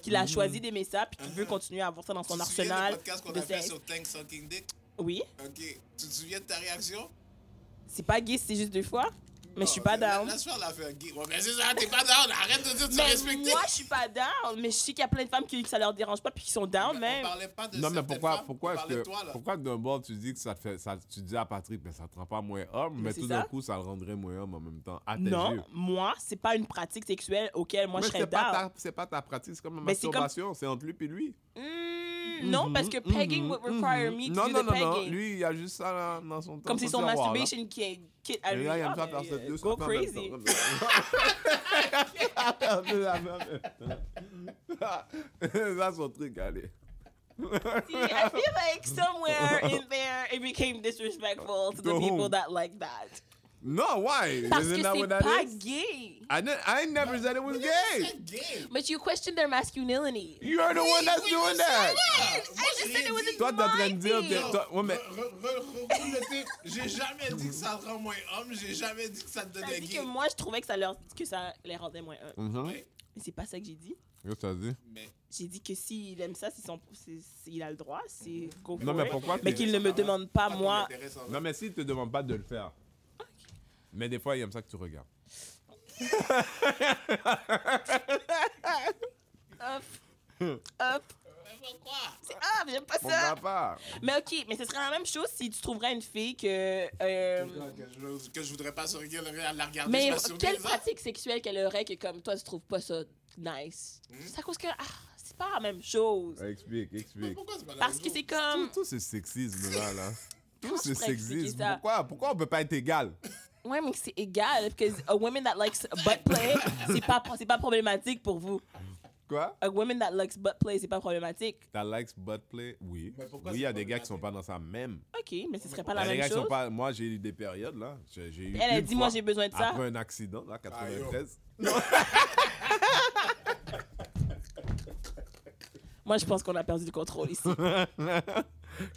Speaker 2: qu'il a choisi d'aimer ça, puis qu'il veut continuer à avoir ça dans son
Speaker 3: Mm. Tu te souviens du
Speaker 2: arsenal.
Speaker 3: podcast qu'on
Speaker 2: de
Speaker 3: a fait
Speaker 2: sexe.
Speaker 3: sur Tank Sucking Dick?
Speaker 2: Oui,
Speaker 3: Ok. Tu te souviens de ta réaction?
Speaker 2: c'est pas gay, c'est juste deux fois, mais je suis pas
Speaker 3: Non, la-
Speaker 2: down.
Speaker 3: Laisse faire l'affaire gay. Ouais, mais c'est ça, t'es pas down. Arrête de dire que tu
Speaker 2: Mais
Speaker 3: respectes.
Speaker 2: moi, je suis pas down, mais je sais qu'il y a plein de femmes qui, que ça leur dérange pas, puis qui sont down,
Speaker 3: On
Speaker 2: même.
Speaker 3: parlait pas de
Speaker 1: Non, mais
Speaker 3: certaines
Speaker 1: pourquoi,
Speaker 3: femmes,
Speaker 1: pourquoi
Speaker 3: on
Speaker 1: est-ce
Speaker 3: parlait de
Speaker 1: que,
Speaker 3: toi, là.
Speaker 1: pourquoi d'un bord tu dis que ça te fait, ça, tu dis à Patrick, mais ça te rend pas moins homme, mais
Speaker 2: c'est
Speaker 1: tout d'un
Speaker 2: ça.
Speaker 1: coup, ça le rendrait moins homme en même temps, à tes yeux.
Speaker 2: Non, moi, c'est pas une pratique sexuelle auquel moi
Speaker 1: mais
Speaker 2: je
Speaker 1: c'est
Speaker 2: serais
Speaker 1: pas,
Speaker 2: down.
Speaker 1: ta, c'est pas ta pratique, c'est comme la
Speaker 2: Mais c'est comme-
Speaker 1: masturbation, c'est entre lui et lui.
Speaker 2: Hmm, Non, parce que pegging would require me to
Speaker 1: Mm-hmm, non,
Speaker 2: do
Speaker 1: non,
Speaker 2: the
Speaker 1: non, non,
Speaker 2: pegging.
Speaker 1: lui, il a juste ça là, dans son temps.
Speaker 2: Comme c'est son masturbation kit. kit à
Speaker 1: Et
Speaker 2: lui.
Speaker 1: là, il aime
Speaker 2: Ah,
Speaker 1: ça
Speaker 2: mais,
Speaker 1: faire
Speaker 2: euh,
Speaker 1: cette deux
Speaker 2: Go
Speaker 1: sortes en même
Speaker 2: crazy.
Speaker 1: (laughs) temps. Ça, son truc, allez.
Speaker 2: See, I feel like somewhere in there, it became disrespectful to the
Speaker 1: Go
Speaker 2: people
Speaker 1: home.
Speaker 2: that like that.
Speaker 1: No, why?
Speaker 2: Parce
Speaker 1: Isn't
Speaker 2: que
Speaker 1: that
Speaker 2: c'est
Speaker 1: what that
Speaker 2: pas
Speaker 1: is?
Speaker 2: gay.
Speaker 1: I, didn't, I never said it was
Speaker 3: Nigga,
Speaker 1: gay.
Speaker 3: c'est gay.
Speaker 2: But you question their masculinity.
Speaker 1: You're the one that's
Speaker 3: Oui,
Speaker 1: doing
Speaker 3: oui,
Speaker 1: that.
Speaker 3: ça, là.
Speaker 2: I
Speaker 3: Moi,
Speaker 2: just
Speaker 3: j'ai
Speaker 2: said it was
Speaker 3: dit-
Speaker 2: a
Speaker 1: Toi, t'es en train de dire
Speaker 2: My
Speaker 1: que-
Speaker 2: thing.
Speaker 1: toi- ouais, mais-
Speaker 3: Re- re- re- recoule le truc. J'ai jamais dit que ça te rend moins homme, j'ai jamais dit que ça te
Speaker 2: T'as
Speaker 3: donnait
Speaker 2: dit
Speaker 3: gay.
Speaker 2: que moi, je trouvais que ça, leur, que ça les rendait moins un.
Speaker 1: Mhm.
Speaker 3: Oui,
Speaker 2: Mais c'est pas ça que j'ai dit.
Speaker 1: Qu'est-ce que t'as dit?
Speaker 3: mais
Speaker 2: J'ai dit que s'il aime ça, c'est son, c'est- c'est- il a le droit, c'est go
Speaker 1: Non,
Speaker 2: for
Speaker 1: mais
Speaker 2: it.
Speaker 1: pourquoi
Speaker 2: Mais
Speaker 1: t'es-
Speaker 2: qu'il ne me demande pas,
Speaker 3: ton
Speaker 2: Ah, moi.
Speaker 3: intérêt, ça va.
Speaker 1: Non, mais s'il te demande pas de le faire. Mais des fois, il aime ça que tu regardes.
Speaker 2: Hop,
Speaker 1: Hum.
Speaker 2: hop,
Speaker 3: Mais pourquoi?
Speaker 2: c'est hop, j'aime pas
Speaker 1: Mon
Speaker 2: ça.
Speaker 1: papa.
Speaker 2: Mais ok, mais ce serait la même chose si tu trouverais une fille que. euh,
Speaker 3: Que je, que je voudrais pas se regarder, la regarder
Speaker 2: mais
Speaker 3: se masturber,
Speaker 2: quelle
Speaker 3: ça.
Speaker 2: pratique sexuelle qu'elle aurait que comme toi tu trouves pas ça nice
Speaker 1: Hmm?
Speaker 2: C'est à cause que ah, c'est pas la même chose.
Speaker 1: Explique,
Speaker 3: Mais
Speaker 1: explique.
Speaker 3: pourquoi c'est pas la
Speaker 2: Parce
Speaker 3: même
Speaker 2: que
Speaker 3: chose?
Speaker 2: c'est comme
Speaker 1: Tout ce sexisme-là, là. Tout
Speaker 2: Comment
Speaker 1: ce
Speaker 2: je pourrais expliquer
Speaker 1: sexisme.
Speaker 2: ça?
Speaker 1: Pourquoi, pourquoi on peut pas être égal?
Speaker 2: ouais mais
Speaker 1: (laughs)
Speaker 2: c'est égal parce que a woman that likes butt play c'est pas c'est pas problématique pour vous.
Speaker 1: Quoi?
Speaker 2: A woman that likes butt play, c'est pas problématique.
Speaker 1: That likes butt play? Oui.
Speaker 3: Mais pourquoi
Speaker 1: Oui, il
Speaker 3: c'est
Speaker 1: y a
Speaker 3: pas
Speaker 1: des gars qui
Speaker 3: problématique?
Speaker 1: sont pas dans ça même.
Speaker 2: OK, mais ce serait pas
Speaker 1: Il y
Speaker 2: la
Speaker 1: a des
Speaker 2: même
Speaker 1: gars qui
Speaker 2: chose.
Speaker 1: sont pas. Moi, j'ai eu des périodes, là. J'ai, j'ai eu
Speaker 2: Elle a
Speaker 1: une
Speaker 2: dit, moi,
Speaker 1: fois
Speaker 2: j'ai besoin de ça.
Speaker 1: Après un accident, là, 93.
Speaker 2: Moi, je pense qu'on a perdu le
Speaker 1: (laughs)
Speaker 2: contrôle ici.
Speaker 3: oh.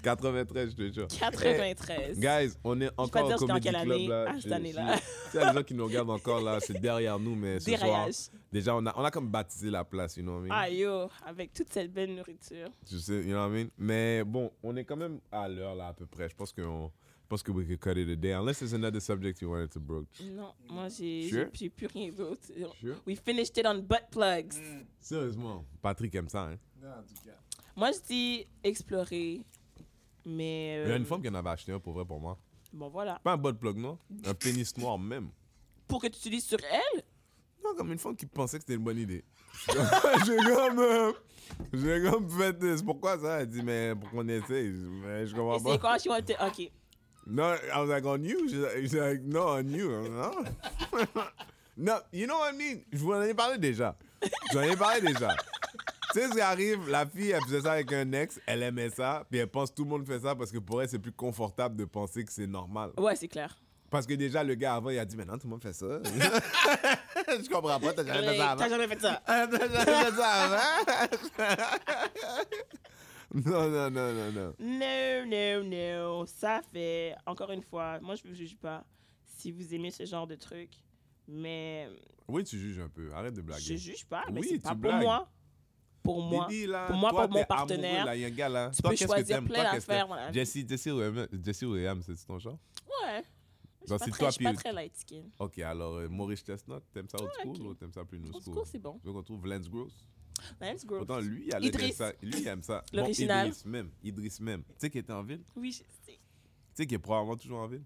Speaker 1: 93, je te jure.
Speaker 2: 93.
Speaker 1: Guys, on est encore
Speaker 2: dire
Speaker 1: au
Speaker 2: c'était en
Speaker 1: Comedy
Speaker 2: quelle
Speaker 1: Club
Speaker 2: année.
Speaker 1: là.
Speaker 2: Ah, cette
Speaker 1: Je-
Speaker 2: année-là.
Speaker 1: je- S'il y a des gens qui nous regardent encore là, c'est derrière nous, mais ce soir,
Speaker 2: Déraillage.
Speaker 1: déjà on a, on a comme baptisé la place, you know what I mean?
Speaker 2: Ah yo, avec toute cette belle nourriture.
Speaker 1: Tu sais, you know what I mean? Mais bon, on est quand même à l'heure là à peu près. Je pense que on, je pense que we could cut it a day, unless there's another subject you wanted to broach.
Speaker 2: Non, moi, j'ai
Speaker 1: Sure.
Speaker 2: j'ai- j'ai plus rien d'autre.
Speaker 1: Sure.
Speaker 2: We finished it on butt plugs.
Speaker 1: Sérieusement, Patrick aime ça, hein?
Speaker 3: Non, en tout cas.
Speaker 2: Moi, je dis explorer, mais...
Speaker 1: Il y a une
Speaker 2: euh,
Speaker 1: femme qui en avait acheté un pour vrai pour moi.
Speaker 2: Bon, voilà.
Speaker 1: Pas un bot plug non? Un pénis noir même.
Speaker 2: Pour que tu utilises sur elle,
Speaker 1: Non, comme une femme qui pensait que c'était une bonne idée. (laughs) j'ai comme. euh, j'ai comme fait. euh, C'est pourquoi ça? Elle dit, mais pour qu'on essaye. Mais je comprends
Speaker 2: c'est
Speaker 1: pas.
Speaker 2: quoi, she wanted... OK.
Speaker 1: No, I was like, on you? She's like, she's like, no, on you. No. (laughs) no, you know what I mean? Je vous en ai parlé déjà. Je vous en ai parlé déjà. tu sais ce qui arrive? La fille, elle faisait ça avec un ex, elle aimait ça, puis elle pense que tout le monde fait ça parce que pour elle, c'est plus confortable de penser que c'est normal.
Speaker 2: Ouais, c'est clair.
Speaker 1: Parce que déjà, le gars avant, il a dit, mais non, tout le monde fait ça. (laughs) Je comprends pas, (laughs) t'as jamais fait
Speaker 2: Ouais,
Speaker 1: ça hein? avant.
Speaker 2: T'as jamais fait ça.
Speaker 1: Attends, j'avais fait ça avant. (laughs) non, non, non, non, non.
Speaker 2: Non, non, non. Ça fait, encore une fois, moi, je ne vous juge pas si vous aimez ce genre de truc, mais
Speaker 1: Oui, tu juges un peu. Arrête de blaguer.
Speaker 2: je juge pas. Mais
Speaker 1: Oui,
Speaker 2: c'est
Speaker 1: tu
Speaker 2: pas pour
Speaker 1: blagues.
Speaker 2: moi. Pour moi.
Speaker 1: Bibi, là,
Speaker 2: pour moi,
Speaker 1: toi,
Speaker 2: pour mon
Speaker 1: t'es amoureux,
Speaker 2: partenaire,
Speaker 1: là, y a un gars, là.
Speaker 2: tu
Speaker 1: Toi,
Speaker 2: peux
Speaker 1: qu'est-ce que
Speaker 2: choisir
Speaker 1: t'aimes?
Speaker 2: plein
Speaker 1: Toi, qu'est-ce que
Speaker 2: d'affaires,
Speaker 1: t'aimes?
Speaker 2: voilà.
Speaker 1: Jesse, Jesse Williams, Jesse Williams, c'est ton genre?
Speaker 2: Ouais. Je suis
Speaker 1: Genre,
Speaker 2: pas
Speaker 1: si
Speaker 2: très-
Speaker 1: toi,
Speaker 2: je suis pas
Speaker 1: puis-
Speaker 2: très light skin.
Speaker 1: Ok, alors euh, Maurice Chestnut, t'aimes ça old
Speaker 2: Ouais,
Speaker 1: school
Speaker 2: ok.
Speaker 1: ou t'aimes ça plus new
Speaker 2: Old
Speaker 1: school?
Speaker 2: school, c'est bon.
Speaker 1: Tu veux qu'on trouve Lance Gross?
Speaker 2: Lance Gross.
Speaker 1: Pourtant, lui, il a l'air d'aimer
Speaker 2: Idriss.
Speaker 1: ça. Lui, il aime ça. Bon,
Speaker 2: (laughs) L'original.
Speaker 1: Idriss même. Idriss même. Tu sais qu'il était en ville? Tu
Speaker 2: Oui, je sais.
Speaker 1: sais qu'il est probablement toujours en ville?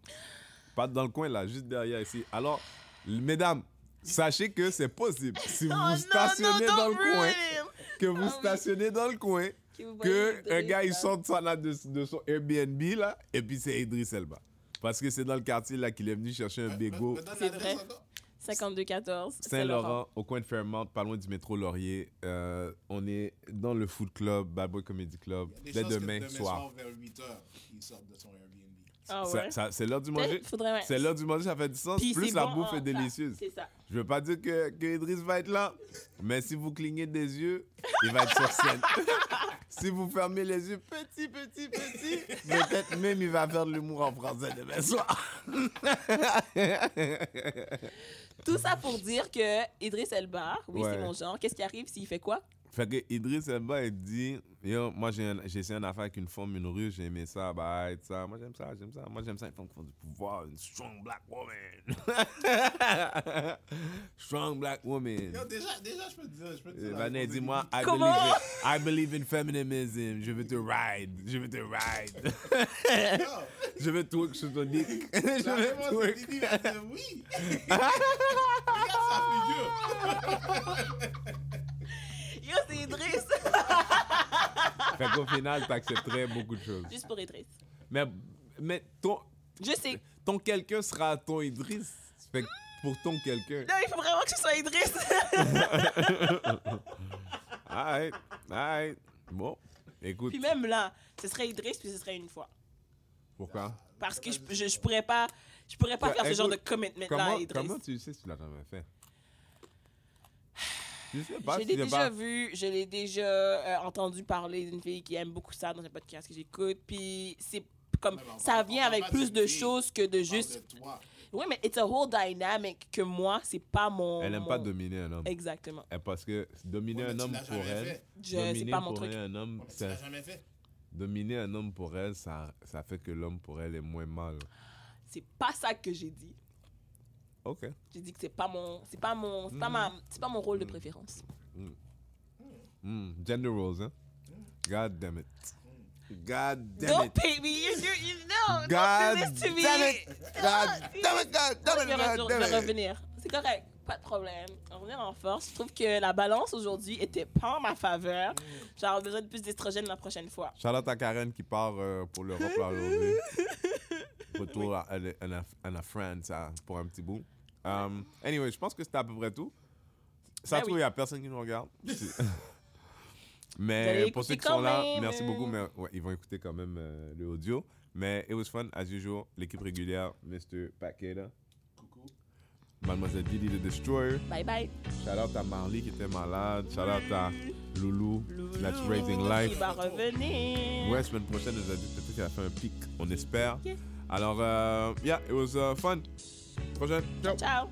Speaker 1: Pas dans le coin, là, juste derrière ici. Alors, l- mesdames, sachez que c'est possible. Si vous
Speaker 2: (laughs) Oh, non,
Speaker 1: stationnez
Speaker 2: non,
Speaker 1: dans le
Speaker 2: don't ruin
Speaker 1: coin,
Speaker 2: him.
Speaker 1: que vous
Speaker 2: oui.
Speaker 1: stationnez dans le coin,
Speaker 2: Que vous voyez
Speaker 1: que un
Speaker 2: Idriss,
Speaker 1: gars il
Speaker 2: là.
Speaker 1: sort de, son- là, de, de son Airbnb là, et puis c'est Idriss Elba. Parce que c'est dans le quartier là qu'il est venu chercher un bégo
Speaker 3: Mais donne
Speaker 2: C'est
Speaker 3: l'adresse
Speaker 2: vrai.
Speaker 3: encore.
Speaker 2: 52-14.
Speaker 1: Saint-Laurent, au coin de Fairmont, pas loin du métro Laurier. Euh, on est dans le Food Club, Bad Boy Comedy Club,
Speaker 3: Il y
Speaker 1: dès
Speaker 3: a des chances que
Speaker 1: demain, soir.
Speaker 3: vers 8 heures, il sort de son Airbnb.
Speaker 2: Ah
Speaker 1: Ça-
Speaker 2: ouais.
Speaker 1: ça- c'est l'heure du manger.
Speaker 2: Peut-être faudrait- ouais.
Speaker 1: C'est l'heure du manger, ça fait du sens.
Speaker 2: Puis
Speaker 1: Plus
Speaker 2: c'est
Speaker 1: la
Speaker 2: bon hein. Bah,
Speaker 1: bouffe
Speaker 2: en-
Speaker 1: est délicieuse.
Speaker 2: C'est ça.
Speaker 1: Je veux pas dire que, que Idriss va être là, mais si vous clignez des yeux, il va être sur scène. (laughs) si vous fermez les yeux petit, petit, petit, peut-être même il va faire de l'humour en français demain soir. (laughs)
Speaker 2: Tout ça pour dire que Idriss Elba, oui,
Speaker 1: Ouais.
Speaker 2: c'est mon genre. Qu'est-ce qui arrive s'il fait quoi?
Speaker 1: Fait que Idriss Elba, il dit Yo, moi j'ai un- j'ai essayé une affaire avec une femme, une rue, j'ai aimé ça, bah, ça. Moi j'aime ça, j'aime ça. Moi j'aime ça, une femme qui font du pouvoir, une strong black woman. (laughs) strong black woman.
Speaker 3: Yo, déjà, déjà, je peux te dire. Je peux te
Speaker 1: Euh,
Speaker 3: dire la
Speaker 1: Vanet,
Speaker 3: réponse de
Speaker 1: dis-moi,
Speaker 3: Bibi.
Speaker 1: I
Speaker 2: Comment?
Speaker 1: believe, in, I believe in feminism. Je veux te ride. Je veux te ride.
Speaker 3: Yo,
Speaker 1: Je veux twerk sur ton dick. (laughs) Je
Speaker 3: la
Speaker 1: veux
Speaker 3: réponse de
Speaker 1: twerk.
Speaker 3: Bibi va dire oui. Regarde
Speaker 2: Yo, c'est Idriss!
Speaker 1: Fait qu'au final, t'accepterais beaucoup de choses.
Speaker 2: Juste pour Idriss.
Speaker 1: Mais, mais ton,
Speaker 2: Je sais.
Speaker 1: ton quelqu'un sera ton Idriss. Fait que pour ton quelqu'un.
Speaker 2: Non, il faut vraiment que ce soit Idriss.
Speaker 1: Alright, alright. Bon, écoute.
Speaker 2: (laughs) puis même là, ce serait Idriss, puis ce serait une fois.
Speaker 1: Pourquoi?
Speaker 2: Parce que je, je, je pourrais pas, je pourrais pas
Speaker 1: Bah,
Speaker 2: faire ce genre de
Speaker 1: écoute,
Speaker 2: commitment là
Speaker 1: Comment,
Speaker 2: à Idriss.
Speaker 1: comment tu sais si tu l'as jamais fait? Je sais pas.
Speaker 2: je
Speaker 1: si
Speaker 2: l'ai déjà
Speaker 1: pas...
Speaker 2: vu, je l'ai déjà euh, entendu parler d'une fille qui aime beaucoup ça dans un podcast que j'écoute. Puis c'est comme
Speaker 3: Ouais, mais on
Speaker 2: ça
Speaker 3: parle-
Speaker 2: vient
Speaker 3: on parle
Speaker 2: avec
Speaker 3: pas
Speaker 2: plus
Speaker 3: d'une
Speaker 2: de
Speaker 3: fille.
Speaker 2: choses que de
Speaker 3: Je parle
Speaker 2: juste.
Speaker 3: de toi.
Speaker 2: Oui, mais it's a whole dynamic que moi, c'est pas mon.
Speaker 1: Elle aime
Speaker 2: mon-
Speaker 1: pas dominer un homme.
Speaker 2: Exactement.
Speaker 1: Eh, Parce que dominer
Speaker 3: Ouais, mais
Speaker 1: un
Speaker 3: tu
Speaker 1: homme
Speaker 3: l'as
Speaker 1: pour
Speaker 3: jamais
Speaker 1: elle,
Speaker 3: fait.
Speaker 2: Je- c'est pas mon
Speaker 1: pour
Speaker 2: truc.
Speaker 1: elle, un homme,
Speaker 3: Ouais, mais Tu
Speaker 1: ça-
Speaker 3: l'as jamais fait.
Speaker 1: dominer un homme pour elle, ça, ça fait que l'homme pour elle est moins mal.
Speaker 2: C'est pas ça que j'ai dit.
Speaker 1: Ok.
Speaker 2: J'ai dit que c'est pas mon, c'est pas mon,
Speaker 1: Mm.
Speaker 2: c'est pas ma, c'est pas mon rôle de préférence.
Speaker 1: Hmm, Gender roles, hein?
Speaker 3: Mm.
Speaker 1: God damn it. God damn
Speaker 2: Don't
Speaker 1: it.
Speaker 2: pay me. You, you, you, no,
Speaker 1: God
Speaker 2: don't do this to me.
Speaker 1: damn it. God damn it. God
Speaker 2: Je
Speaker 1: damn
Speaker 2: vais,
Speaker 1: it.
Speaker 2: re-
Speaker 1: God
Speaker 2: je vais
Speaker 1: damn it.
Speaker 2: revenir. C'est correct. Pas de problème. On revient en force. Je trouve que la balance aujourd'hui était pas en ma faveur. J'aurais besoin de plus d'estrogène la prochaine fois.
Speaker 1: Charlotte à Karen qui part euh, pour l'Europe là, aujourd'hui.
Speaker 2: (laughs)
Speaker 1: Retour à, à, hein, à- à la France ah, pour un petit bout. Um, anyway, je pense que c'était à peu près tout. Ça
Speaker 2: Ben
Speaker 1: se trouve, il
Speaker 2: oui.
Speaker 1: n'y a personne qui nous
Speaker 2: (laughs)
Speaker 1: regarde.
Speaker 2: Vous allez
Speaker 1: (laughs) mais pour ceux
Speaker 2: écouter
Speaker 1: qui sont
Speaker 2: quand
Speaker 1: là,
Speaker 2: même,
Speaker 1: merci
Speaker 2: euh.
Speaker 1: beaucoup. Mais ouais, ils vont écouter quand même euh, le audio. Mais it was fun, as usual. L'équipe régulière, Mr. Paqueta,
Speaker 3: Coucou.
Speaker 1: Mademoiselle Didi the Destroyer.
Speaker 2: Bye bye.
Speaker 1: Shout out à Marley qui était malade. Shout out à Loulou,
Speaker 2: Loulou
Speaker 1: that's raising life.
Speaker 2: Qui va revenir.
Speaker 1: Ouais, semaine prochaine, elle nous a dit peut-être qu'elle a fait un pic, on espère.
Speaker 2: Yeah.
Speaker 1: Alors, euh, yeah, it was uh, fun. euh, Prochaine, ciao.
Speaker 2: Ciao.